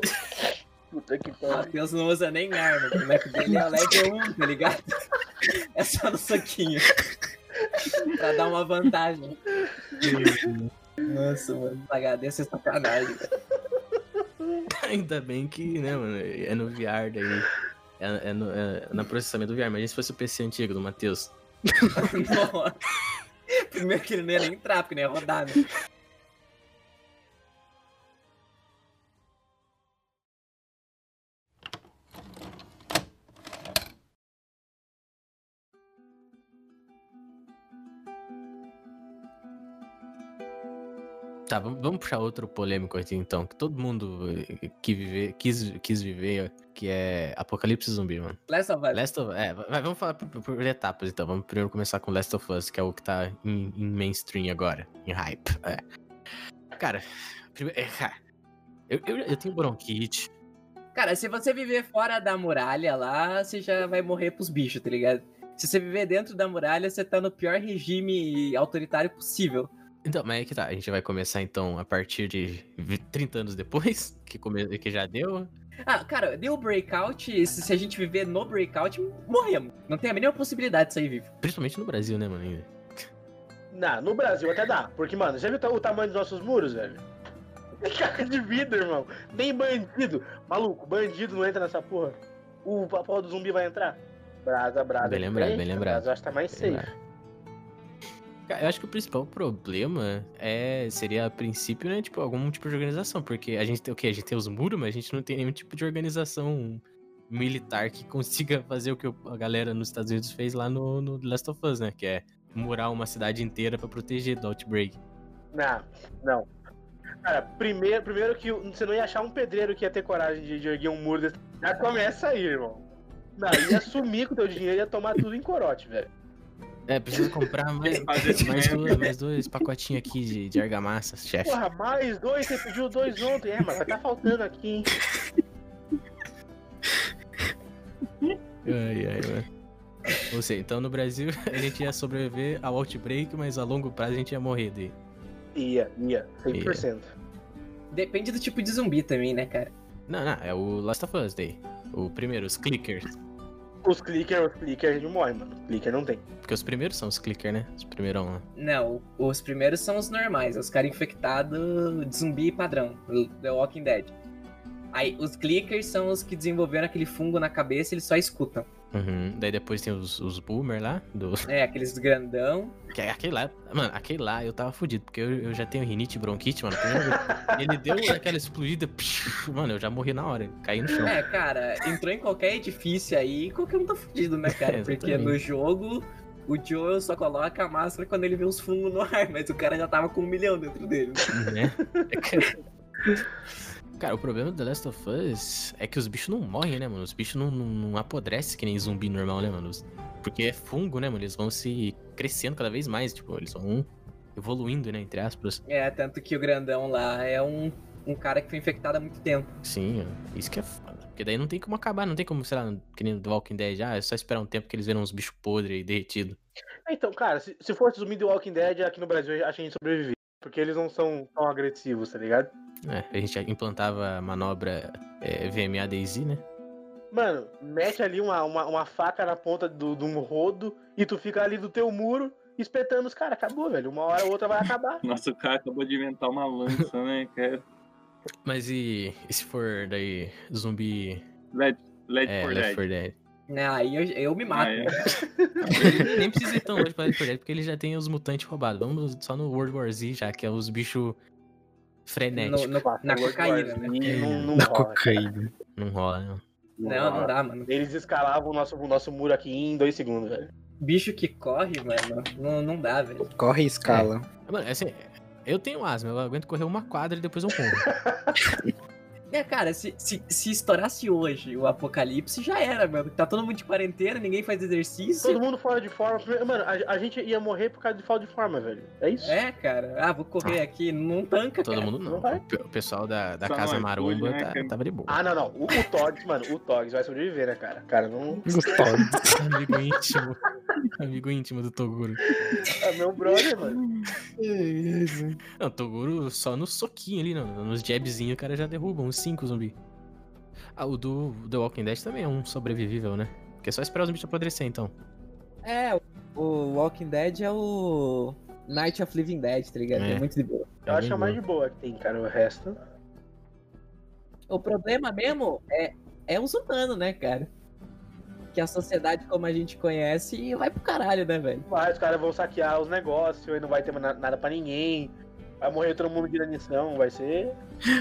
Puta que pariu. Matheus não usa nem arma, o boneco dele é level 1, tá ligado? É só no soquinho. pra dar uma vantagem. Nossa, mano, agradeço é sacanagem. velho. Ainda bem que, né, mano, é no VR daí. É, é no, é no processamento do VR, mas se fosse o PC antigo do Matheus. Nossa. Primeiro que ele não ia nem entrar, porque não ia rodar, né? Tá, vamos, vamos puxar outro polêmico aqui então, que todo mundo eh, que viver, quis, quis viver, que é Apocalipse Zumbi, mano. Last of Us. Last of é, vai- vamos falar por, por etapas então. Vamos primeiro começar com Last of Us, que é o que tá em, em mainstream agora, em hype. é. Cara, prime- é, cara, eu, eu, eu tenho bronquite. Cara, se você viver fora da muralha lá, você já vai morrer pros bichos, tá ligado? Se você viver dentro da muralha, você tá no pior regime autoritário possível. Então, mas é que tá. A gente vai começar então a partir de vi- 30 anos depois, que, come- que já deu. Ah, cara, deu breakout, e se se a gente viver no breakout, morremos. Não tem a mínima possibilidade de sair vivo. Principalmente no Brasil, né, mano? Não, no Brasil até dá. Porque, mano, já viu o ta- o tamanho dos nossos muros, velho? Tem cara de vida, irmão. Nem bandido. Maluco, bandido não entra nessa porra. O papo do zumbi vai entrar? Brasa, brasa. Bem lembrado, Eita, bem lembrado. Brasa, eu acho que tá mais Sei safe. lá. Cara, eu acho que o principal problema é, seria a princípio, né, tipo, algum tipo de organização, porque a gente tem o quê? A gente tem os muros, mas a gente não tem nenhum tipo de organização militar que consiga fazer o que a galera nos Estados Unidos fez lá no, no The Last of Us, né, que é murar uma cidade inteira pra proteger do Outbreak. Não, não. Cara, primeiro, primeiro que você não ia achar um pedreiro que ia ter coragem de, de erguer um muro desse. Já começa aí, irmão. Não, ia sumir com o teu dinheiro e ia tomar tudo em corote, velho. É, precisa comprar mais, Fazer mais, dinheiro. dois, mais dois pacotinhos aqui de, de argamassa, chefe. Porra, mais dois, você pediu dois ontem. É, mas vai tá faltando aqui, hein? Ai, ai, mano. Ou seja, então no Brasil a gente ia sobreviver ao Outbreak, mas a longo prazo a gente ia morrer de... Ia, ia, 100%. Depende do tipo de zumbi também, né, cara? Não, não, é o Last of Us Day. O primeiro, os clickers. Os clicker, os clicker, a gente morre, mano. Os clicker não tem. Porque os primeiros são os clicker, né? Os primeirão lá. Não, os primeiros são os normais, os caras infectados de zumbi padrão, The Walking Dead. Aí, os clickers são os que desenvolveram aquele fungo na cabeça e eles só escutam. Uhum. Daí depois tem os, os boomer lá. Do... É, aqueles grandão. Que é Aquele lá. Mano, aquele lá eu tava fudido, porque eu, eu já tenho rinite e bronquite, mano. Primeiro, ele deu aquela explodida. psh, Mano, eu já morri na hora. Caí no chão. É, cara, entrou em qualquer edifício aí, qualquer um tá fudido, né, É, cara? Porque exatamente. no jogo, o Joel só coloca a máscara quando ele vê os fungos no ar, mas o cara já tava com um milhão dentro dele. né? Cara, o problema do The Last of Us é que os bichos não morrem, né, mano? Os bichos não, não, não apodrecem que nem zumbi normal, né, mano? Os- Porque é fungo, né, mano? Eles vão se crescendo cada vez mais, tipo, eles vão evoluindo, né, entre aspas. É, tanto que o grandão lá é um, um cara que foi infectado há muito tempo. Sim, ó, isso que é foda. Porque daí não tem como acabar, não tem como, sei lá, que nem The Walking Dead, ah, é só esperar um tempo que eles viram uns bichos podres e derretidos. Ah, Então, cara, se, se fosse zumbi do Walking Dead, aqui no Brasil acho que a gente sobrevive. Porque eles não são tão agressivos, tá ligado? É, a gente implantava a manobra é, VMA DayZ, né? Mano, mete ali uma, uma, uma faca na ponta do- de um rodo e tu fica ali do teu muro espetando os caras. Acabou, velho. Uma hora ou outra vai acabar. Nossa, o cara acabou de inventar uma lança, né, cara? Mas e, e se for daí zumbi Led, Led é, for Left Dead. 4 Dead? Não, né? aí eu, eu me mato. Ah, é. Nem precisa ir tão longe pra Left 4 Dead, porque ele já tem os mutantes roubados. Vamos só no World War Z, já que é os bichos frenéticos. No- no- na cocaína, né? Não, não Na rola. cocaína. Não rola, não. Não, não dá, mano. Eles escalavam o nosso, o nosso muro aqui em dois segundos, velho. Bicho que corre, mano, não, não dá, velho. Corre e escala. Mano, assim, eu tenho asma, eu aguento correr uma quadra e depois eu corro. É, cara, se, se, se estourasse hoje o apocalipse, já era, mano. Tá todo mundo de quarentena, ninguém faz exercício. Todo mundo fora de forma. Primeiro- Mano, a, a gente ia morrer por causa de falta de forma, velho. É isso? É, cara. Ah, vou correr aqui. Não tanca, Todo cara. mundo não. Não vai. O pe- O pessoal da, da Só Casa nós, Maromba hoje, né, tá- cara? tava de boa. Ah, não, não. O, o Togs, mano, o Togs vai sobreviver, né, cara? Cara, não. Gostoso. Amigo íntimo. Amigo íntimo do Toguro. É meu brother, mano. Não, Toguro só no soquinho ali, não. Nos jabzinhos o cara já derruba uns 5 zumbi. Ah, o do The Walking Dead também é um sobrevivível, né? Porque é só esperar os zumbis apodrecer, então. É, o Walking Dead é o Night of Living Dead, tá ligado? É, É. muito de boa. Eu acho que bem é a mais boa. de boa que tem, cara. O resto. O problema mesmo é, é os humanos, né, cara? Que a sociedade como a gente conhece vai pro caralho, né, velho? Vai, os caras vão saquear os negócios, aí não vai ter na- nada pra ninguém. Vai morrer todo mundo de danição, vai ser.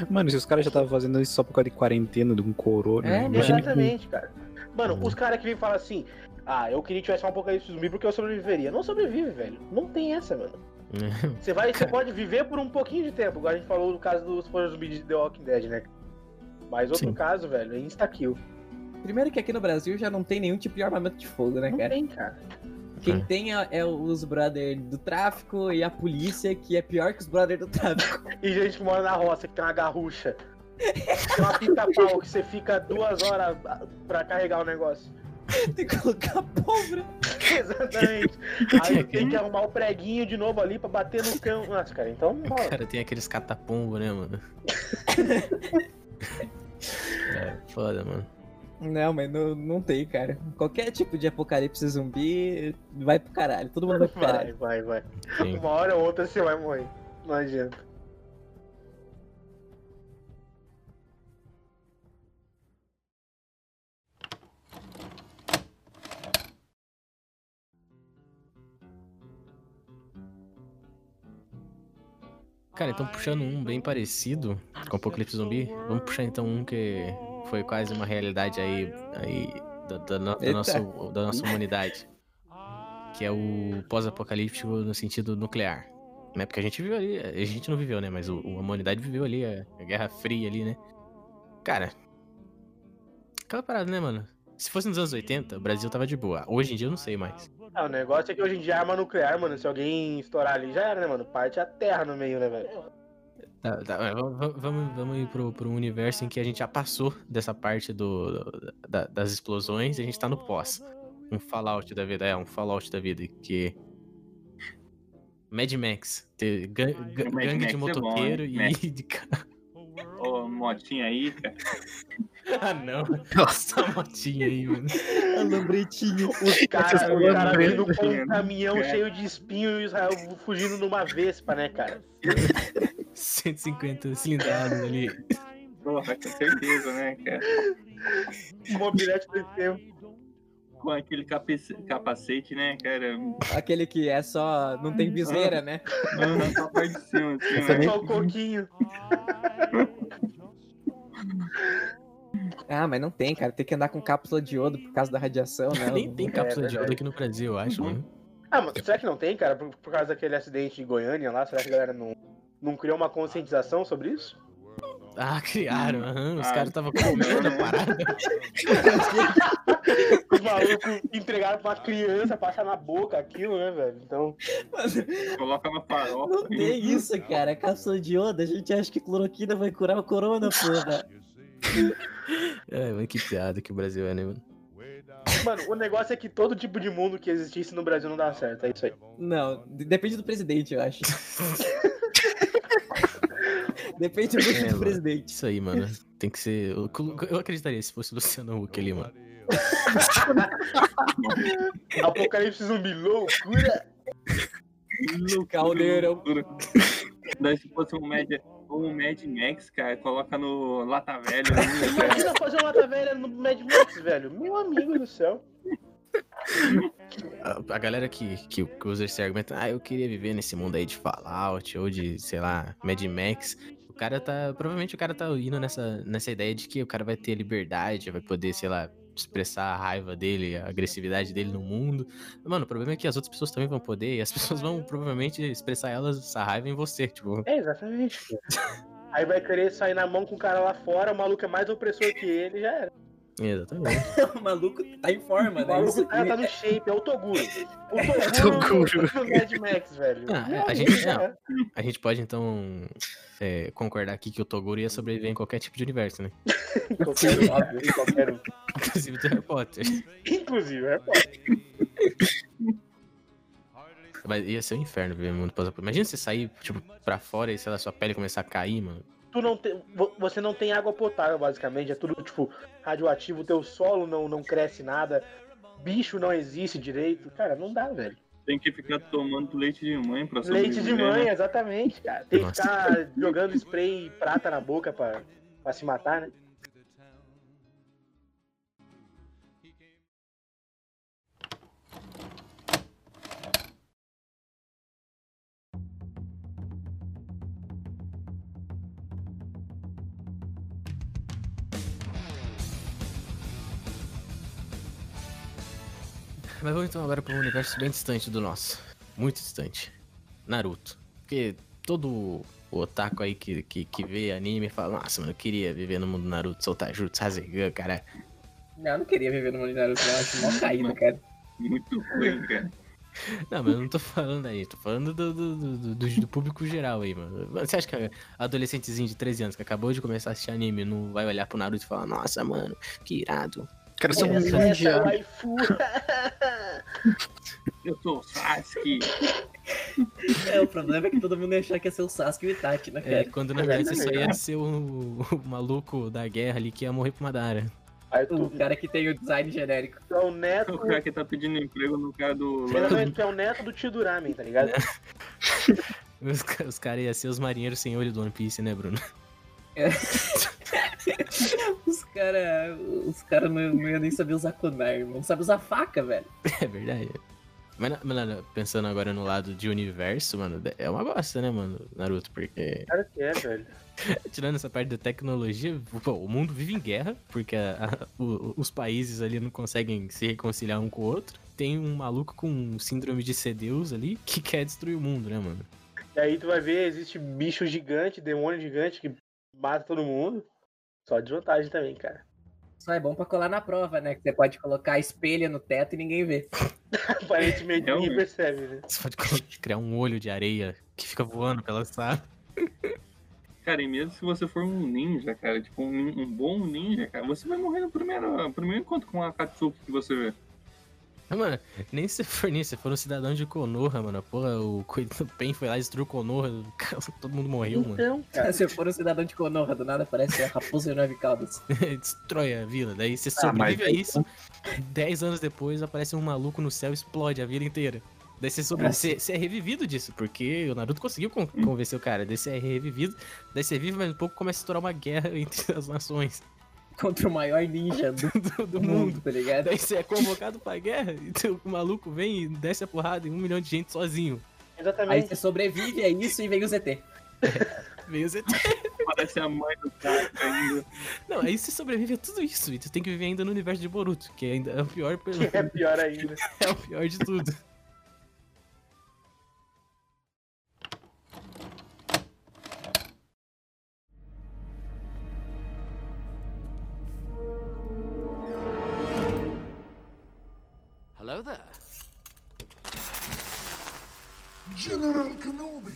Mano, se os caras já estavam fazendo isso só por causa de quarentena, de um corona. É, imagina com- Exatamente, cara. Mano, os caras que vêm falar assim. Ah, eu queria que tivesse um apocalipse zumbi porque eu sobreviveria. Não sobrevive, velho. Não tem essa, mano. É, Você vai, você pode viver por um pouquinho de tempo. Igual a gente falou no caso do Super Zumbi de The Walking Dead, né? Mas outro Sim. caso, velho, é insta-kill. Primeiro que aqui no Brasil já não tem nenhum tipo de armamento de fogo, né, Não É. cara? tem, cara. Quem É. tem é, é os brother do tráfico e a polícia, que é pior que os brother do tráfico. E gente que mora na roça, que tem uma garrucha. tem uma pinta-pau que você fica duas horas pra carregar o negócio. tem que colocar pólvora. Exatamente. Aí tem que arrumar o preguinho de novo ali pra bater no cão. Nossa, cara, então não O rola. cara tem aqueles catapombo, né, mano? é, foda, mano. Não, mas não, não tem, cara. Qualquer tipo de apocalipse zumbi vai pro caralho. Todo mundo vai pro Vai, caralho. vai, vai. Sim. Uma hora ou outra você vai morrer. Não adianta. Cara, então puxando um bem parecido com Apocalipse Zumbi, vamos puxar então um que foi quase uma realidade aí, aí da, da no- da Eita. nossa, da nossa humanidade. Que é o pós-apocalíptico no sentido nuclear. Né? Porque a gente viveu ali, a gente não viveu, né? Mas o, a humanidade viveu ali, a, a Guerra Fria ali, né? Cara, aquela parada, né, mano? Se fosse nos anos 80, o Brasil tava de boa. Hoje em dia eu não sei mais. Ah, o negócio é que hoje em dia arma nuclear, mano, se alguém estourar ali, já era, né, mano? Parte a terra no meio, né, velho? Tá, tá, mas vamos- vamos, vamos, vamos ir pro, pro universo em que a gente já passou dessa parte do, da- das explosões e a gente tá no pós. Um Fallout da vida, é, um Fallout da vida que. Mad Max. ter gan- gan- Mad gangue Max de é bom, motoqueiro hein? e Max. de carro. Ô, motinha aí, cara. Ah, não. Nossa, a motinha aí, mano. A lambretinha. Os caras são os cara lambreta, vindo com um né? caminhão É. cheio de espinho e Israel fugindo numa vespa, né, cara? 150 cilindrados ali. Porra, com certeza, né, cara? Mobilete do tempo. Com aquele capace- capacete, né, cara? Aquele que é só. não tem viseira, né? Aham, só a parte de cima, assim, Essa né? é Só o coquinho. Ah, mas não tem, cara. Tem que andar com cápsula de iodo por causa da radiação, né? Nem é tem cápsula de verdade. iodo aqui no Brasil, eu acho, né? mano. Ah, mas será que não tem, cara? Por, por causa daquele acidente de Goiânia lá, será que a galera não, não criou uma conscientização sobre isso? Ah, criaram, aham. Os Ah, caras estavam comendo a não. parada. Os malucos entregaram pra uma criança, passar na boca aquilo, né, velho? Então, Mano, Coloca na farofa. né? não tem isso, cara. É Cápsula de iodo, a gente acha que cloroquina vai curar o corona, né? porra. Ai, mano, que piada que o Brasil é, né, mano? mano, o negócio é que todo tipo de mundo que existisse no Brasil não dá certo, é isso aí. Não, de- depende do presidente, eu acho. depende muito É, do mano. presidente. Isso aí, mano. Tem que ser. Eu, eu acreditaria se fosse Luciano Huck ali, mano. Apocalipse zumbi, loucura! Caldeirão. Daí se fosse um Mad, um Mad Max, cara, coloca no Lata Velha. assim, né? Imagina fazer uma lata velha no Mad Max, velho. Meu amigo do céu. A, a galera que, que, que usa esse argumento, ah, eu queria viver nesse mundo aí de Fallout ou de, sei lá, Mad Max. O cara tá. Provavelmente o cara tá indo nessa, nessa ideia de que o cara vai ter liberdade, vai poder, sei lá, expressar a raiva dele, a agressividade dele no mundo. Mano, o problema é que as outras pessoas também vão poder, e as pessoas vão provavelmente expressar elas essa raiva em você, tipo. É, exatamente. Aí vai querer sair na mão com o cara lá fora, o maluco é mais opressor que ele, já era. Exatamente. o maluco tá em forma, né? O maluco Isso tá, aqui tá no shape, é o Toguro. O Toguro do- do Mad Max, velho. Ah, é, a gente- é. A gente pode então é, concordar aqui que o Toguro ia sobreviver em qualquer tipo de universo, né? Qualquer um, óbvio, qualquer um. Inclusive do Harry Potter. Inclusive, é pô. Mas ia ser um inferno viver no mundo pós-apocalipse. Imagina você sair, tipo, pra fora e, sei lá, sua pele começar a cair, mano. tu não tem, vo- você não tem água potável, basicamente. É tudo, tipo, radioativo. Teu solo não, não cresce nada. Bicho não existe direito. Cara, não dá, velho. Tem que ficar tomando leite de mãe pra Leite de sobreviver, mãe, né? exatamente, cara. Tem que ficar jogando spray e prata na boca pra, pra se matar, né? Mas vamos então agora pra um universo bem distante do nosso. Muito distante. Naruto. Porque todo o otaku aí que, que, que vê anime fala, nossa, mano, eu queria viver no mundo do Naruto, soltar Jutsu, Rasengan, cara. Não, eu não queria viver no mundo de Naruto, não. Eu acho mó caído, cara. Muito ruim, cara. Não, mas eu não tô falando aí, tô falando do, do, do, do- do- do público geral aí, mano. Você acha que a- adolescentezinho de 13 anos que acabou de começar a assistir anime não vai olhar pro Naruto e falar, nossa, mano, que irado. Cara, são um Essa- é ninja. essa waifu. Eu sou o Sasuke. É, o problema é que todo mundo ia achar que ia ser o Sasuke e o Itachi, né, É, cara? quando na verdade você só ia ser o, o maluco da guerra ali que ia morrer pro Madara. Aí tu, O cara que tem o design genérico. tu é o neto. O cara que tá pedindo emprego no cara do. Primeiramente, tu é o neto do tio Duramen, tá ligado? Os, ca- os caras iam ser os marinheiros sem olho do One Piece, né, Bruno? Os cara, os cara não, não ia nem saber usar Konar, irmão. Não sabe usar faca, velho. É verdade. Mas, na- mas na- pensando agora no lado de universo, mano, é uma bosta, né, mano, Naruto? Porque, Cara que é, velho. tirando essa parte da tecnologia, pô, o mundo vive em guerra, porque a- a- o- os países ali não conseguem se reconciliar um com o outro. Tem um maluco com síndrome de Sedeus ali que quer destruir o mundo, né, mano? E aí tu vai ver, existe bicho gigante, demônio gigante que mata todo mundo. Só desvantagem também, cara. Só é bom pra colar na prova, né? Que você pode colocar a espelha no teto e ninguém vê. Aparentemente É, ninguém mano. percebe, né? Você pode colo- criar um olho de areia que fica voando pela sala. Cara, e mesmo se você for um ninja, cara, tipo um, nin- um bom ninja, cara, você vai morrer no primeiro, no primeiro encontro com a Katsuki que você vê. Mano, nem se for nisso, se for um cidadão de Konoha, mano. Porra, o coitado do Pen foi lá e destruiu Konoha. Todo mundo morreu, mano. Então, cara. Se eu for um cidadão de Konoha, do nada parece a raposa de nove caudas. Destrói a vila. Daí você Ah, mas sobrevive a isso. Dez anos depois aparece um maluco no céu e explode a vila inteira. Daí você, sobre... Nossa. você, você é revivido disso, porque o Naruto conseguiu con- Hum. convencer o cara. Daí você é revivido, daí você vive, mas um pouco começa a estourar uma guerra entre as nações Contra o maior ninja do, do, do Hum. do mundo. mundo, tá ligado? Daí você é convocado pra guerra, e o maluco vem e desce a porrada em um milhão de gente sozinho. Aí Exatamente. você sobrevive a isso e vem o ZT. Meio ZT. Parece a mãe do cara ainda. Não, aí você sobrevive a tudo isso. E tu tem que viver ainda no universo de Boruto, que ainda é o pior, pe- Que é pior ainda. é o pior de tudo. Hello there. General Kenobi.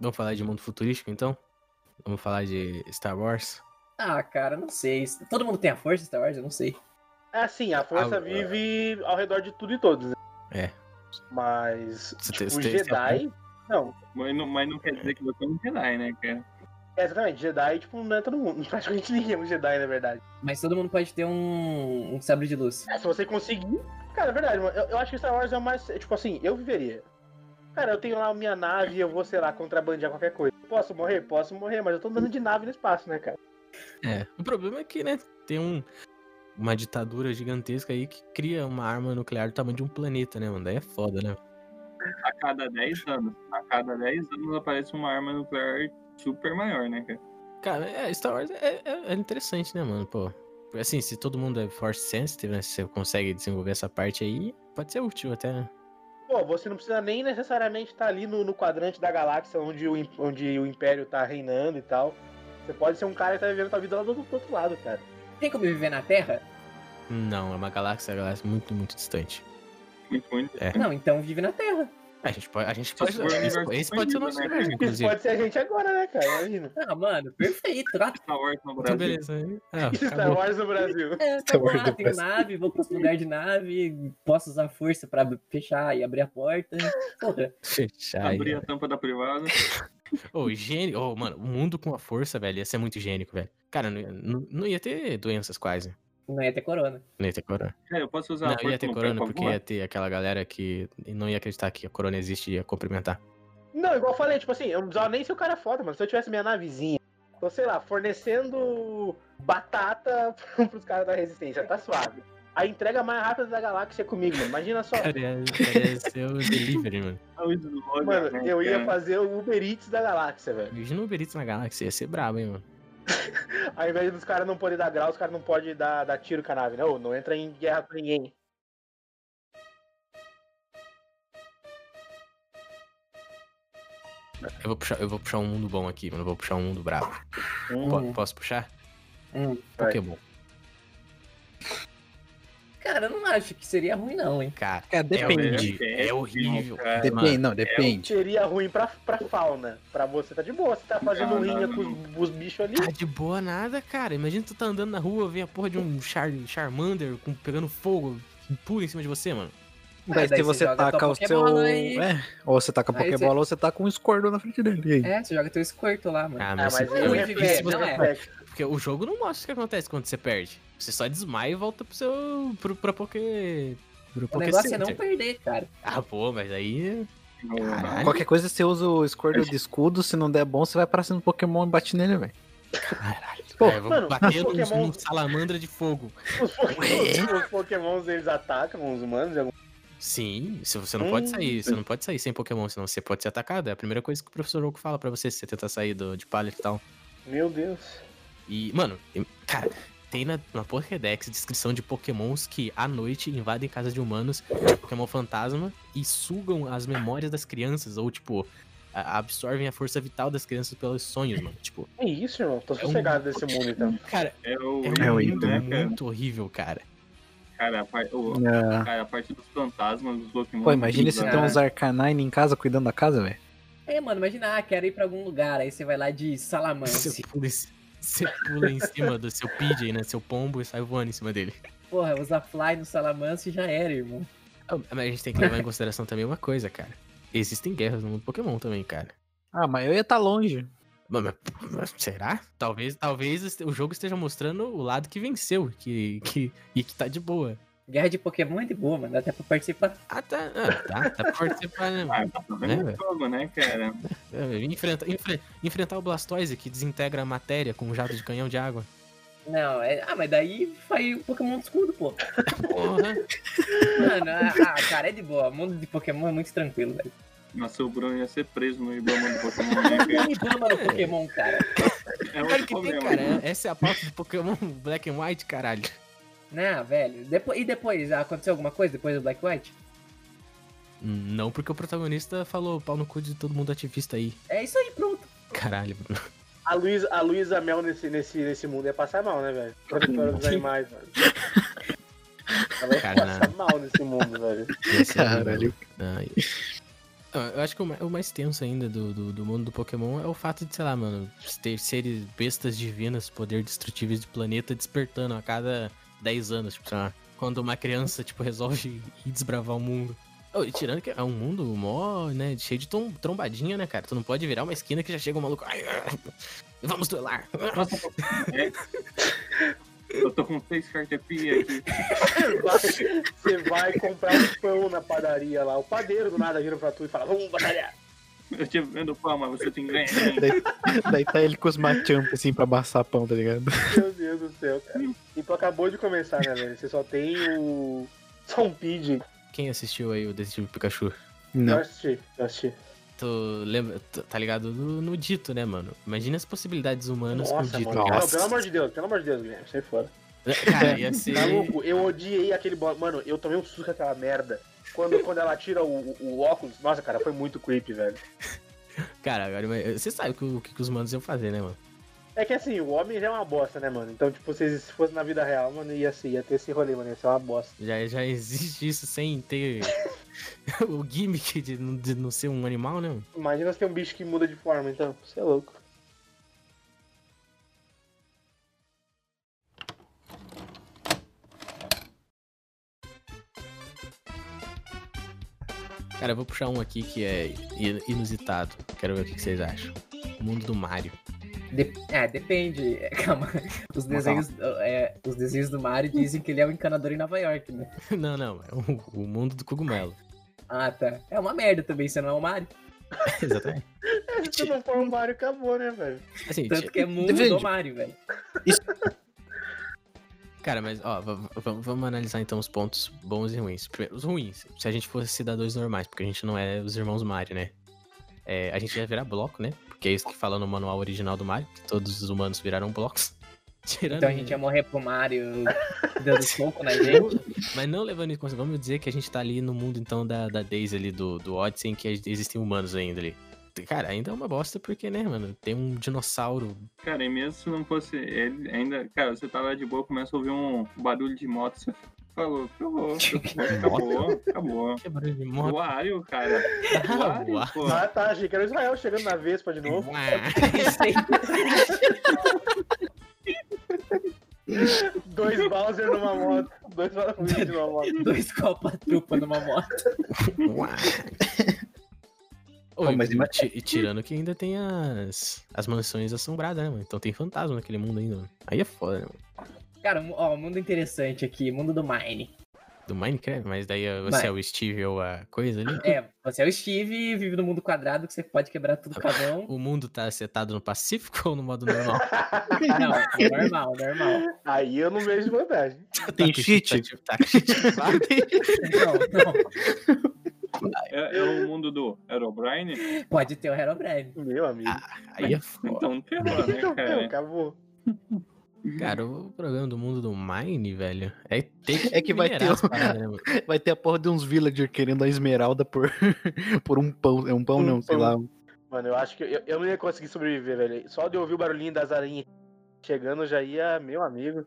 Vamos falar de mundo futurístico, então? Vamos falar de Star Wars? Ah, cara, não sei. Todo mundo tem a força Star Wars? Eu não sei. É assim, a força Ah, vive ao redor de tudo e todos, né? É. Mas Você tem- tipo, você o tem- você tem Jedi. Não, Mas não, mas não quer dizer que você é um Jedi, né, cara? É, exatamente, Jedi, tipo, não é todo mundo. Praticamente ninguém é um Jedi, na verdade. Mas todo mundo pode ter um, um sabre de luz. É, se você conseguir. Cara, é verdade, mano. Eu, eu acho que Star Wars é o mais. é, Tipo assim, eu viveria. Cara, eu tenho lá a minha nave, eu vou, sei lá, contrabandear qualquer coisa. Posso morrer? Posso morrer, mas eu tô andando de nave no espaço, né, cara? É. O problema é que, né, tem um, uma ditadura gigantesca aí que cria uma arma nuclear do tamanho de um planeta, né, mano? Daí é foda, né? A cada 10 anos. A cada 10 anos aparece uma arma nuclear super maior, né, cara? Cara, é, Star Wars é, é- é interessante, né, mano? Pô. Assim, se todo mundo é force sensitive, né? Se você consegue desenvolver essa parte aí, pode ser útil até, né? Pô, você não precisa nem necessariamente estar ali no, no quadrante da galáxia onde o, im- onde o Império tá reinando e tal. Você pode ser um cara que tá vivendo a vida lá do, do outro lado, cara. Tem como viver na Terra? Não, é uma galáxia, é uma galáxia muito, muito distante. É. Muito, muito. Não, então vive na Terra. A gente pode. A gente Só pode se for um esse, universo esse pode ser o nosso expandido, né? universo, Isso inclusive. pode ser a gente agora, né, cara? Imagina. Ah, mano, perfeito. Ah, Star Wars no Então, Brasil. beleza. hein? Ah, Isso Star acabou. Wars no Brasil. É, tá Tá bom, guardando ah, tenho essa. nave, vou para outro lugar de nave, posso usar força pra fechar e abrir a porta. Porra, Fechar aí. Abrir a tampa da privada. Ô, higiênico. Ô, mano, o mundo com a força, velho, ia ser muito higiênico, velho. Cara, não, ia- não- não ia ter doenças quase. não ia ter corona. Não ia ter corona. Cara, eu posso usar a Não, força ia ter no pé, corona por porque favor? ia ter aquela galera que não ia acreditar que a corona existe e ia cumprimentar. Não, igual eu falei, tipo assim, eu não precisava nem ser o cara foda, mano. Se eu tivesse minha navezinha, tô, sei lá, fornecendo batata pros caras da resistência, tá suave. A entrega mais rápida da galáxia é comigo, mano. Imagina só. Cara, ia, cara, ia ser o delivery, mano. Ah, o slogan, Mano, né, eu ia cara? fazer o Uber Eats da galáxia, velho. Imagina o Uber Eats na galáxia, ia ser brabo, hein, mano. Ao invés dos caras não poderem dar grau, os caras não podem dar, dar tiro com a nave. né? Não, não entra em guerra com ninguém. Eu vou puxar, eu vou puxar um mundo bom aqui, mano. Eu vou puxar um mundo brabo. Po- Hum. posso puxar? Hum, vai. Pokémon. Cara, eu não acho que seria ruim, não, hein? Cara, Cara, depende. horrível, é horrível. Cara, Depende. Depende, não, depende. Seria ruim pra, pra fauna. Pra você tá de boa. Você tá fazendo Não, não, rinha não. com os, os bichos ali. Tá de boa nada, cara. Imagina tu tá andando na rua, vem a porra de um Char Charmander com, pegando fogo, pula em cima de você, mano. Mas Mas daí se você você joga taca tua o seu. Pokébola aí. É, ou você taca a Aí você- Pokébola ou você taca um Squirtle na frente dele. E aí? É, você joga teu escorto lá, mano. Ah, Ah, mas mas, aí é o eu- muito eu- difícil eu- você- né? não é. reflexo. Porque o jogo não mostra o que acontece quando você perde. Você só desmaia e volta pro seu. pro, pra Poké. Pro O Poké negócio é não Center. perder, cara. Ah, pô, mas aí. não, não. Caralho, Qualquer coisa você usa o Squirtle de escudo, se não der bom, você vai pra cima do Pokémon e bate nele, velho. caralho. Pô, é, vamos mano, um bater num- Pokémon- num salamandra de fogo. Os, po- os pokémons, eles atacam os humanos. de algum- Sim, se você não pode Hum. sair, você não pode sair sem Pokémon, senão você pode ser atacado. É a primeira coisa que o professor Oco fala pra você se você tentar sair do, de palha e tal. Meu Deus. E, mano, eu- cara, tem na, na Pokédex descrição de pokémons que à noite invadem casa de humanos, pokémon fantasma, e sugam as memórias das crianças, ou tipo, a- absorvem a força vital das crianças pelos sonhos, mano. Tipo, Que isso, irmão? Tô É um- sossegado desse mundo, então. cara, É o é, um o mundo hino, né, cara? muito horrível, cara. Cara, a par- o- Ah. cara, a parte dos fantasmas, dos Pokémon. Pô, imagina dos- se tem uns Arcanine em casa cuidando da casa, velho. É, mano, imagina, ah, quero ir pra algum lugar, aí você vai lá de Você salamance. pula, em- você pula em cima do seu PJ, né? Seu pombo e sai voando em cima dele. Porra, usa fly no salamance e já era, irmão. Ah, Mas a gente tem que levar em consideração também uma coisa, cara. Existem guerras no mundo Pokémon também, cara. Ah, mas eu ia estar longe. Mas, mas- mas será? Talvez, talvez este- o jogo esteja mostrando o lado que venceu que, que, e que tá de boa. Guerra de Pokémon é de boa, mano. Dá até pra participar. Ah, tá. Ah, tá. Tá pra participar, né? Ah, tá falando Né, de velho? jogo, né, cara? É, Enfrenta, enfre- enfrentar o Blastoise que desintegra a matéria com um jato de canhão de água. Não, é. Ah, mas daí vai o Pokémon de escudo, pô. Porra. Mano, ah, ah, cara, é de boa. O mundo de Pokémon é muito tranquilo, velho. Nossa, o Bruno ia ser preso no Ibama do Pokémon, né, cara? Tem Ibama no Pokémon, cara. É Claro que tem, outro problema. cara. É- Essa é a pauta do Pokémon Black and White, caralho. né, Não, velho. Depo- E depois, ah, aconteceu alguma coisa depois do Black White? Não porque o protagonista falou pau no cu de todo mundo ativista aí. É isso aí, pronto. Caralho, mano. A Luísa, a Luísa Mel nesse, nesse, nesse mundo ia passar mal, né, velho? Protetora dos animais, mano. Ela ia Cara, passar mal nesse mundo, velho. Ia ser horrível. Caralho. Ai. Ah, Eu acho que o ma- o mais tenso ainda do, do, do mundo do Pokémon é o fato de, sei lá, mano, ter seres bestas divinas, poder destrutíveis de planeta despertando Ah. a cada 10 anos, tipo, sei lá, quando uma criança, tipo, resolve ir desbravar o mundo. Oh, e tirando que é um mundo mó, né? Cheio de tom- trombadinha, né, cara? Tu não pode virar uma esquina que já chega um maluco. "Ai, ah, vamos duelar. Nossa, eu tô com seis cartepias aqui. Você vai, você vai comprar um pão na padaria lá. O padeiro do nada gira pra tu e fala, vamos batalhar. Eu te vendo pão, mas você tem ganho. Daí tá ele com os machamp assim pra amassar pão, tá ligado? Meu Deus do céu, cara. E tu acabou de começar, né, velho? Você só tem o. Só um pid. Quem assistiu aí o Detetive Pikachu? Eu Não. assisti, eu assisti. Tu lembra, tu- tá ligado no, no dito, né, mano? Imagina as possibilidades humanas com Nossa, o dito, mano. cara. Não, pelo amor de Deus, pelo amor de Deus, Guilherme, sai fora. Cara, ia ser. Tá louco? Eu odiei aquele bo... Mano, eu tomei um susto com aquela merda. Quando, quando ela tira o, o óculos, nossa, cara, foi muito creepy, velho. Cara, agora, mas você sabe o que, o que os manos iam fazer, né, mano? É que assim, o homem já é uma bosta, né, mano? Então, tipo, se se fosse na vida real, mano, ia, ser, ia ter esse rolê, mano, ia ser uma bosta. Já, já existe isso sem ter o gimmick de, não- de não ser um animal, né, mano? Imagina se tem um bicho que muda de forma, então, você é louco. Cara, eu vou puxar um aqui que é i- inusitado. Quero ver o que que vocês acham. O mundo do Mario. De- É, depende. É, Calma. Os desenhos, é, os desenhos do Mario dizem que ele é um encanador em Nova York, né? Não, não, é o, o mundo do cogumelo. Ah, tá. É uma merda também, você não é o Mario. Exatamente. Se não for um Mario, acabou, né, velho? Assim, Tanto que é mundo do Depende. Mario, velho. Cara, mas ó, v- v- vamos vamos analisar então os pontos bons e ruins. Primeiro, os ruins, se a gente fosse cidadãos normais, porque a gente não é os irmãos Mario, né? É, a gente ia virar bloco, né? Porque é isso que fala no manual original do Mario, que todos os humanos viraram blocos. Tirando. Então a gente ia morrer pro Mario dando soco na gente. Mas não levando em consideração, vamos dizer que a gente tá ali no mundo então da, da Daisy ali, do, do Odyssey, em que existem humanos ainda ali. Cara, ainda é uma bosta porque, né, mano, tem um dinossauro. Cara, e mesmo se não fosse ele, ainda. Cara, você tá lá de boa, começa a ouvir um barulho de moto. Você falou, ferrou, ferrou, acabou, acabou. Que barulho de moto. O Ario, cara. O Ario, Uau. pô. Ah, tá, achei que era o Israel chegando na Vespa de novo. Dois Bowser numa moto, dois Bowser numa moto. Dois copa trupa numa moto. Ô, Pô, e- mas e imagina- ti- e tirando que ainda tem as, as mansões assombradas, né, mano? Então tem fantasma naquele mundo ainda, mano. Aí é foda, né, mano? Cara, ó, mundo interessante aqui, mundo do Mine. Do Minecraft, mas daí você Vai. é o Steve ou a coisa ali. É, você é o Steve e vive no mundo quadrado que você pode quebrar tudo com a mão. O mundo tá setado no Pacífico ou no modo normal? Ah, Não, normal, normal. Aí eu não vejo vantagem. Tá com cheat? Tá, tipo, tá com cheat. Claro que tem. Não, não. É, é o mundo do Aerobrine? Pode ter o Herobrine. Meu amigo. Aí é foda. Então ferrou, Ah, né, Então, meu, cara? acabou. Cara, o problema do mundo do Mine, velho, é ter que É que vai minerar ter as um- paradas, né, mano? Vai ter a porra de uns villager querendo a esmeralda por, por um pão. É um pão, Um não, sei pão. lá. Mano, eu acho que eu, eu não ia conseguir sobreviver, velho. Só de ouvir o barulhinho das aranhas chegando, eu já ia, meu amigo.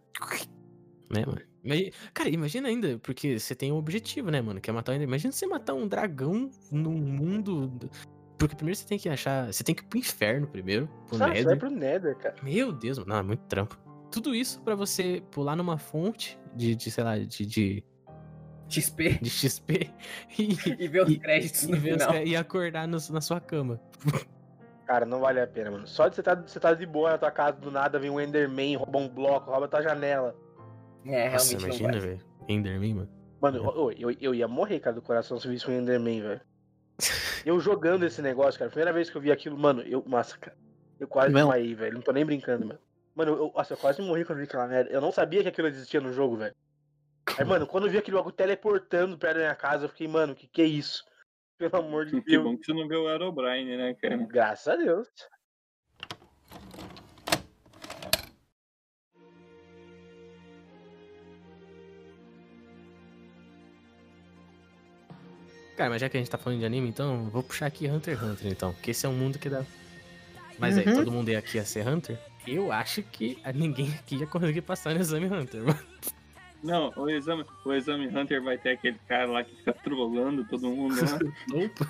Né, mano? Imagi- Cara, imagina ainda, porque você tem um objetivo, né, mano? Que é matar ainda. Imagina você matar um dragão num mundo. do- Porque primeiro você tem que achar. Você tem que ir pro inferno primeiro, pro Sabe, Nether. vai pro Nether, cara. Meu Deus, mano. Não, é muito trampo. Tudo isso pra você pular numa fonte de, de, sei lá, de, de, XP. de XP e, E ver os créditos no e os final. ca- e acordar no- na sua cama. Cara, não vale a pena, mano. Só de você tá, você tá de boa na tua casa, do nada vem um Enderman, rouba um bloco, rouba tua janela. É, Nossa, realmente não imagina, gosto. velho. Enderman, mano. Mano, ô, ô, eu, eu, ia morrer, cara, do coração se visse um Enderman, velho. Eu jogando esse negócio, cara, primeira vez que eu vi aquilo, mano, eu. Nossa, cara. Eu quase Não. caí, velho. Não tô nem brincando, mano. Mano, eu, nossa, eu quase morri quando vi aquela merda. Eu não sabia que aquilo existia no jogo, velho. Aí, mano, quando eu vi aquele logo teleportando perto da minha casa, eu fiquei, mano, que que é isso? Pelo amor de Que Deus. bom que você não vê o Aerobrine, né, cara? Graças a Deus. Cara, mas já que a gente tá falando de anime, então, vou puxar aqui Hunter x Hunter, então. Porque esse é um mundo que dá. Mas Uhum. aí, todo mundo ia aqui a ser Hunter? Eu acho que a- ninguém aqui ia conseguir passar no exame Hunter, mano. Não, o exame, o exame Hunter vai ter aquele cara lá que fica trolando todo mundo né? lá. Opa.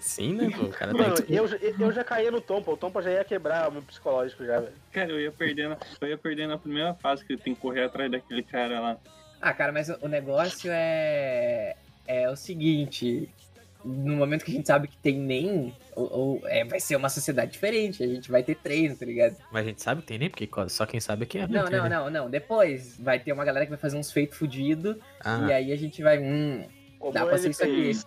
Sim, né, pô? O cara tá Mano, aqui. eu, eu já caía no Tompa. O Tompa já ia quebrar o meu psicológico já, velho. Cara, eu ia perdendo, eu ia perdendo a primeira fase que tem que correr atrás daquele cara lá. Ah, cara, mas o o negócio é. é o seguinte: no momento que a gente sabe que tem nem, ou, ou- é, vai ser uma sociedade diferente, a gente vai ter três, tá ligado? Mas a gente sabe que tem nem, porque só quem sabe é quem é. Não, não, não, não. Depois vai ter uma galera que vai fazer uns feitos fudido, Ah, e aí a gente vai. Hum, Como é dá pra ser ele isso aqui. fez.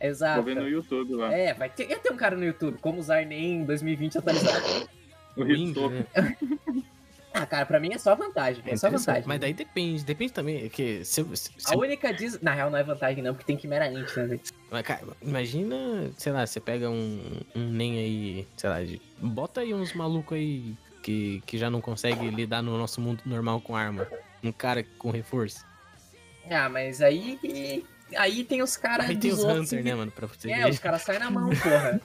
Vou Exato. ver no YouTube lá. É, vai ter. Eu tenho um cara no YouTube, como usar nem 2020 atualizado. o Wing, Hitsoco. né? ah, cara, pra mim é só vantagem. É, É só interessante, vantagem. Mas daí depende, depende também. é Que se, se, A única diz. Na real, não é vantagem, não, porque tem quimera int, né? velho? mas, cara, imagina, sei lá, você pega um, um NEM aí, sei lá, de- bota aí uns malucos aí que, que já não consegue lidar no nosso mundo normal com arma. Um cara com reforço. Ah, mas aí. Aí tem os caras. Aí tem dos os outros Hunter, que- né, mano, pra você É, os ver. caras saem na mão, porra.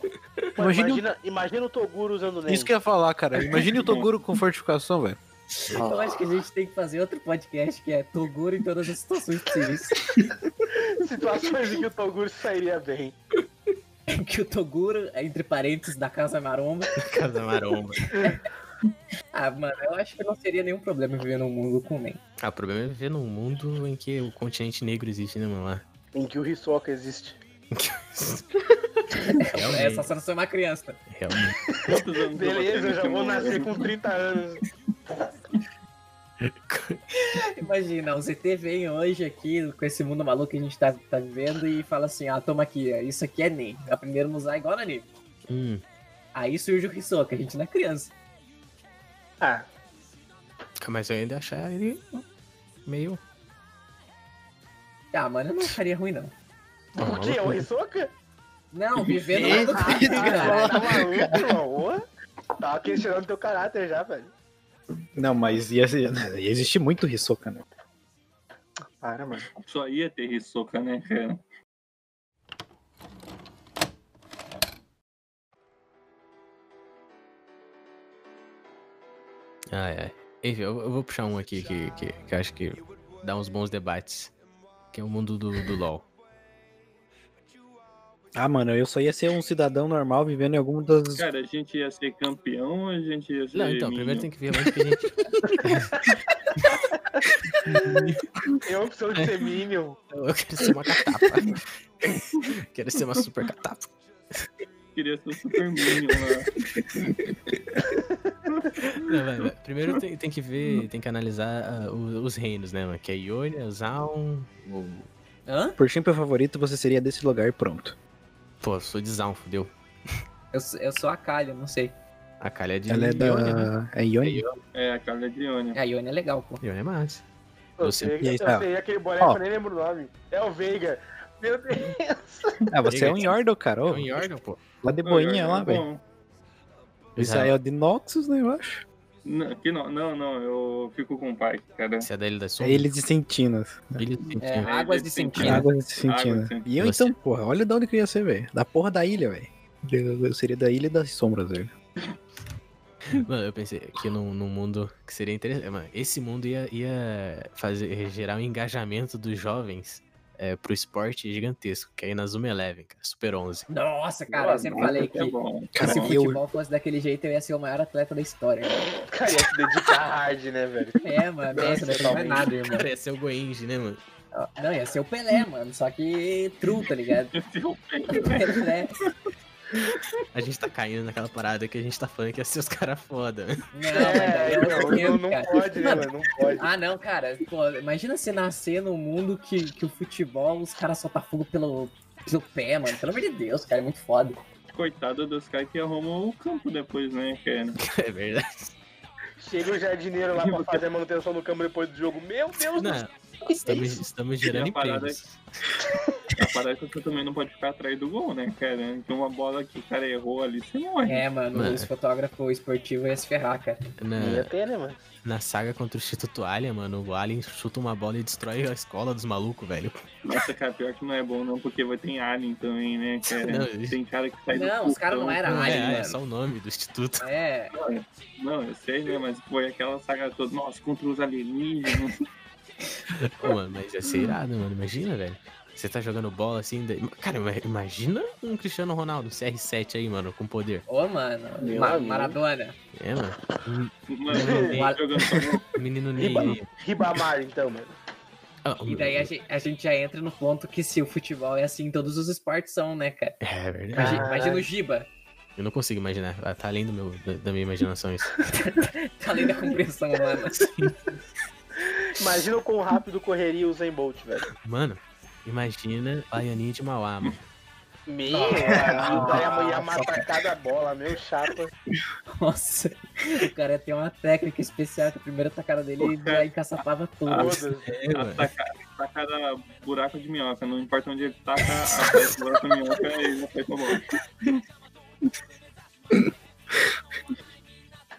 Mano, Imagina- Imagina, imagina o Toguro usando o Isso que eu ia falar, cara. Imagine o Toguro com fortificação, velho. Eu Então, acho que a gente tem que fazer outro podcast que é Toguro em todas as situações possíveis. Situações em que o Toguro sairia bem. que o Toguro, entre parênteses, da Casa Maromba. Casa maromba. Ah, mano, eu acho que não seria nenhum problema viver num mundo com nem. Ah, o problema é viver num mundo em que o continente negro existe, né, mano? Lá. Em que o Hisoka existe. Realmente. É, só se eu não sou uma criança. realmente. Quantos anos eu vou ter Beleza, eu já nesse vou mundo? nascer com 30 anos. Imagina, os ET vêm hoje aqui com esse mundo maluco que a gente tá, tá vivendo e fala assim, ah, toma aqui, ó, isso aqui é NEM. Aprenderam a usar igual na NEM. Hum, Aí surge o Hisoka, a gente não é criança. Ah, Ah, mas eu ainda achar ele meio. Ah, mano, eu não acharia ruim, não. o que é o Hisoka? Não, viver no mundo rápido, cara. Tá maluco, mano? Ô, Tava questionando teu caráter já, velho. Não, mas ia, ser- ia existir muito Hisoka, né? Para, mano. Só ia ter Hisoka, né, cara? Ai, ai. Enfim, eu, eu vou puxar um aqui que, que, que eu acho que dá uns bons debates. Que é o mundo do, do LOL. Ah, mano, eu só ia ser um cidadão normal vivendo em alguma das. Cara, a gente ia ser campeão ou a gente ia ser. Não, então, minion? primeiro tem que ver onde que a gente. Tem a opção de ser Minion. Eu quero ser uma catapa. quero ser uma super catapa. Queria ser o Super Minion lá. Não, vai, vai. Primeiro tem, tem que ver, tem que analisar ah, o- os, reinos, né, mano? Que é Ionia, Zaun. ou- Hã? Por sempre favorito, você seria desse lugar e pronto. Pô, eu sou de Zaun, fodeu. Eu, sou- eu sou a Kalha, não sei. A calha é de Ela é Ionia, né? da. É Ione? É, a cara de Ionia. A Ione é legal, pô. Ionia é massa. Eu Você- sei, E aí, eu tá. sei, aquele boneco, Ó. eu nem lembro o nome. É o Veiga. Meu Deus. Ah, você é um Yordle, um cara. É ó. um Yordle, pô. lá de Não, boinha Ionia lá, é velho. bom. Isso aí é o de Noxus, né, eu acho. Não, que não, não, não, eu fico com o pai, cara. Essa é da Ilha das É Sombras. eles de Sentinas. Ilha dos É, Sentidos. Águas de ele Sentido. tem Águas Águas de Sentinas. de Sentinas. E eu Você- então, porra, olha de onde que eu ia ser, velho. Da porra da ilha, velho. Eu eu seria da Ilha das Sombras, velho. Mano, eu pensei que num, num mundo que seria interessante. Mano, esse mundo ia, ia fazer, gerar um engajamento dos jovens é, pro esporte gigantesco, que é aí na Zoom Eleven, cara, Super 11. Nossa, cara, eu sempre falei que É bom. Cara, se o eu- futebol fosse daquele jeito, eu ia ser o maior atleta da história. Cara, ia se dedicar hard, né, velho? É, mano, Nossa, nossa, não é totalmente. nada, irmão. Cara, ia ser o Goenji, né, mano? Não, ia ser o Pelé, mano, só que true, tá ligado? Pelé. A gente tá caindo naquela parada que a gente tá falando que ia ser os caras foda. né? Não, mas daí É, é não, outro não, tempo, não cara. pode, né, mano? Não pode. Ah, não, cara. Pô, imagina você nascer num mundo que, que o futebol, os caras soltam fogo pelo, pelo pé, mano. Pelo amor de Deus, cara, é muito foda. Coitado dos caras que arrumam o campo depois, né, cara? É verdade. Chega o jardineiro lá pra fazer a manutenção do campo depois do jogo. Meu Deus do Não, estamos, estamos gerando E a parada empregos. A parada é que você também não pode ficar atrás do gol, né, cara? Tem uma bola que o cara errou ali, você morre. É, mano, Mano. os fotógrafos esportivos ia se ferrar, cara. Ia Na, ter, né, mano? na saga contra o Instituto Alien, mano, o Alien chuta uma bola e destrói a escola dos malucos, velho. Nossa, cara, pior que não é bom não, porque vai ter alien também, né, cara? Não, Tem cara que sai do Não, os caras não é. eram Não, alien, é, é mano. só o nome do instituto. É, Não, eu sei, né, mas foi aquela saga toda. Nossa, contra os alienígenas. Pô, mano, mas ia ser irado, mano. Imagina, velho. Você tá jogando bola assim. daí- Cara, ima- imagina um Cristiano Ronaldo, CR7 aí, mano, com poder. ô, mano, Meu Ma- amigo. Maradona. É, mano. Mano, Vale. jogando com Menino Riba- Ney. Ribamar, então, mano. Ah, E daí a gente, a gente já entra no ponto que se o futebol é assim, todos os esportes são, né, cara? É verdade. Imagina, Caralho. imagina o Giba, Eu não consigo imaginar. Ah, Tá além do meu, da- da minha imaginação isso. além da tá compreensão humana. Imagina o quão rápido correria o Zen Bolt, velho. Mano, imagina Baianinha de Mauá, mano. Meu amigo, daí a ia matar cada bola, meu chapa. Nossa, o cara tem uma técnica especial que tá a primeira tacada dele já encaçapava tudo. Todas. É, mano. Atacar, atacar a buraco de minhoca, não importa onde ele tá, taca, atrás do buraco de minhoca é ele não sai com a bola.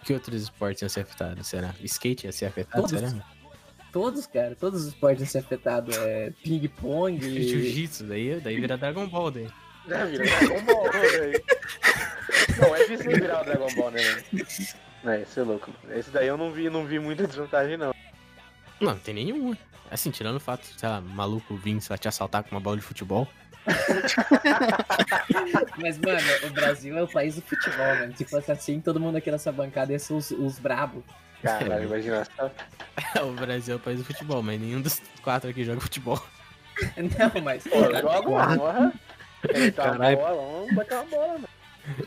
Que outros esportes iam ser afetados, será? Skate ia ser afetado, Todos. será? Todos, cara, todos os esportes iam ser afetados. É, ping-pong. Jiu-jitsu, daí, daí vira Dragon Ball, daí. Já vira Dragon Ball, né, velho. Não, é difícil virar o Dragon Ball, né, mano? É, isso é louco. Esse daí eu não vi, não vi muita desvantagem, não. Não, não tem nenhuma. Assim, tirando o fato, sei lá, maluco vir só te assaltar com uma bola de futebol. Mas, mano, o Brasil é o país do futebol, mano. Se fosse assim, todo mundo aqui nessa bancada ia ser os, os brabo. Caralho, imagina só. o Brasil é o país do futebol, mas nenhum dos quatro aqui joga futebol. Não, mas. Pô, joga uma porra. Pegar uma Caralho. bola, vamos botar uma bola, mano.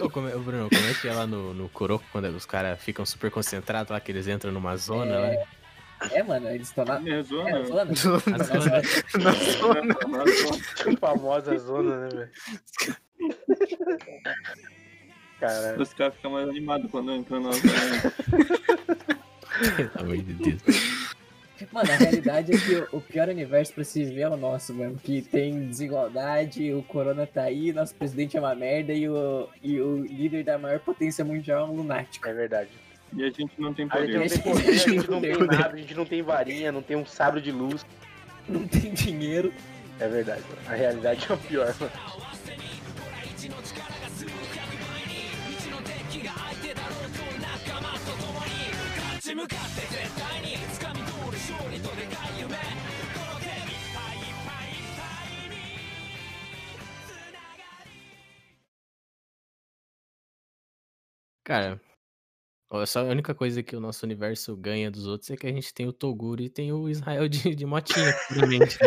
Ô, como é, ô, Bruno, como é que é lá no, no Kuroko, quando os caras ficam super concentrados lá, que eles entram numa zona né? lá? É, é, mano, eles estão na. É zona, É, na zona. A zona- é na zona. Tipo, Famosa zona, né, velho? Caralho. Os caras ficam mais animados quando entram na né? zona. Pelo amor de Deus. Mano, a realidade é que o- o pior universo pra se viver é o nosso, mano. Que tem desigualdade, o corona tá aí, nosso presidente é uma merda e o, e o líder da maior potência mundial é um lunático. É verdade. E a gente não tem A gente não poder. tem poder, a gente não tem nada, a gente não tem varinha, não tem um sabre de luz. Não tem dinheiro. É verdade, mano. A realidade é o pior, mano. Cara, ó, só a única coisa que o nosso universo ganha dos outros é que a gente tem o Toguro e tem o Israel de, de motinha, obviamente.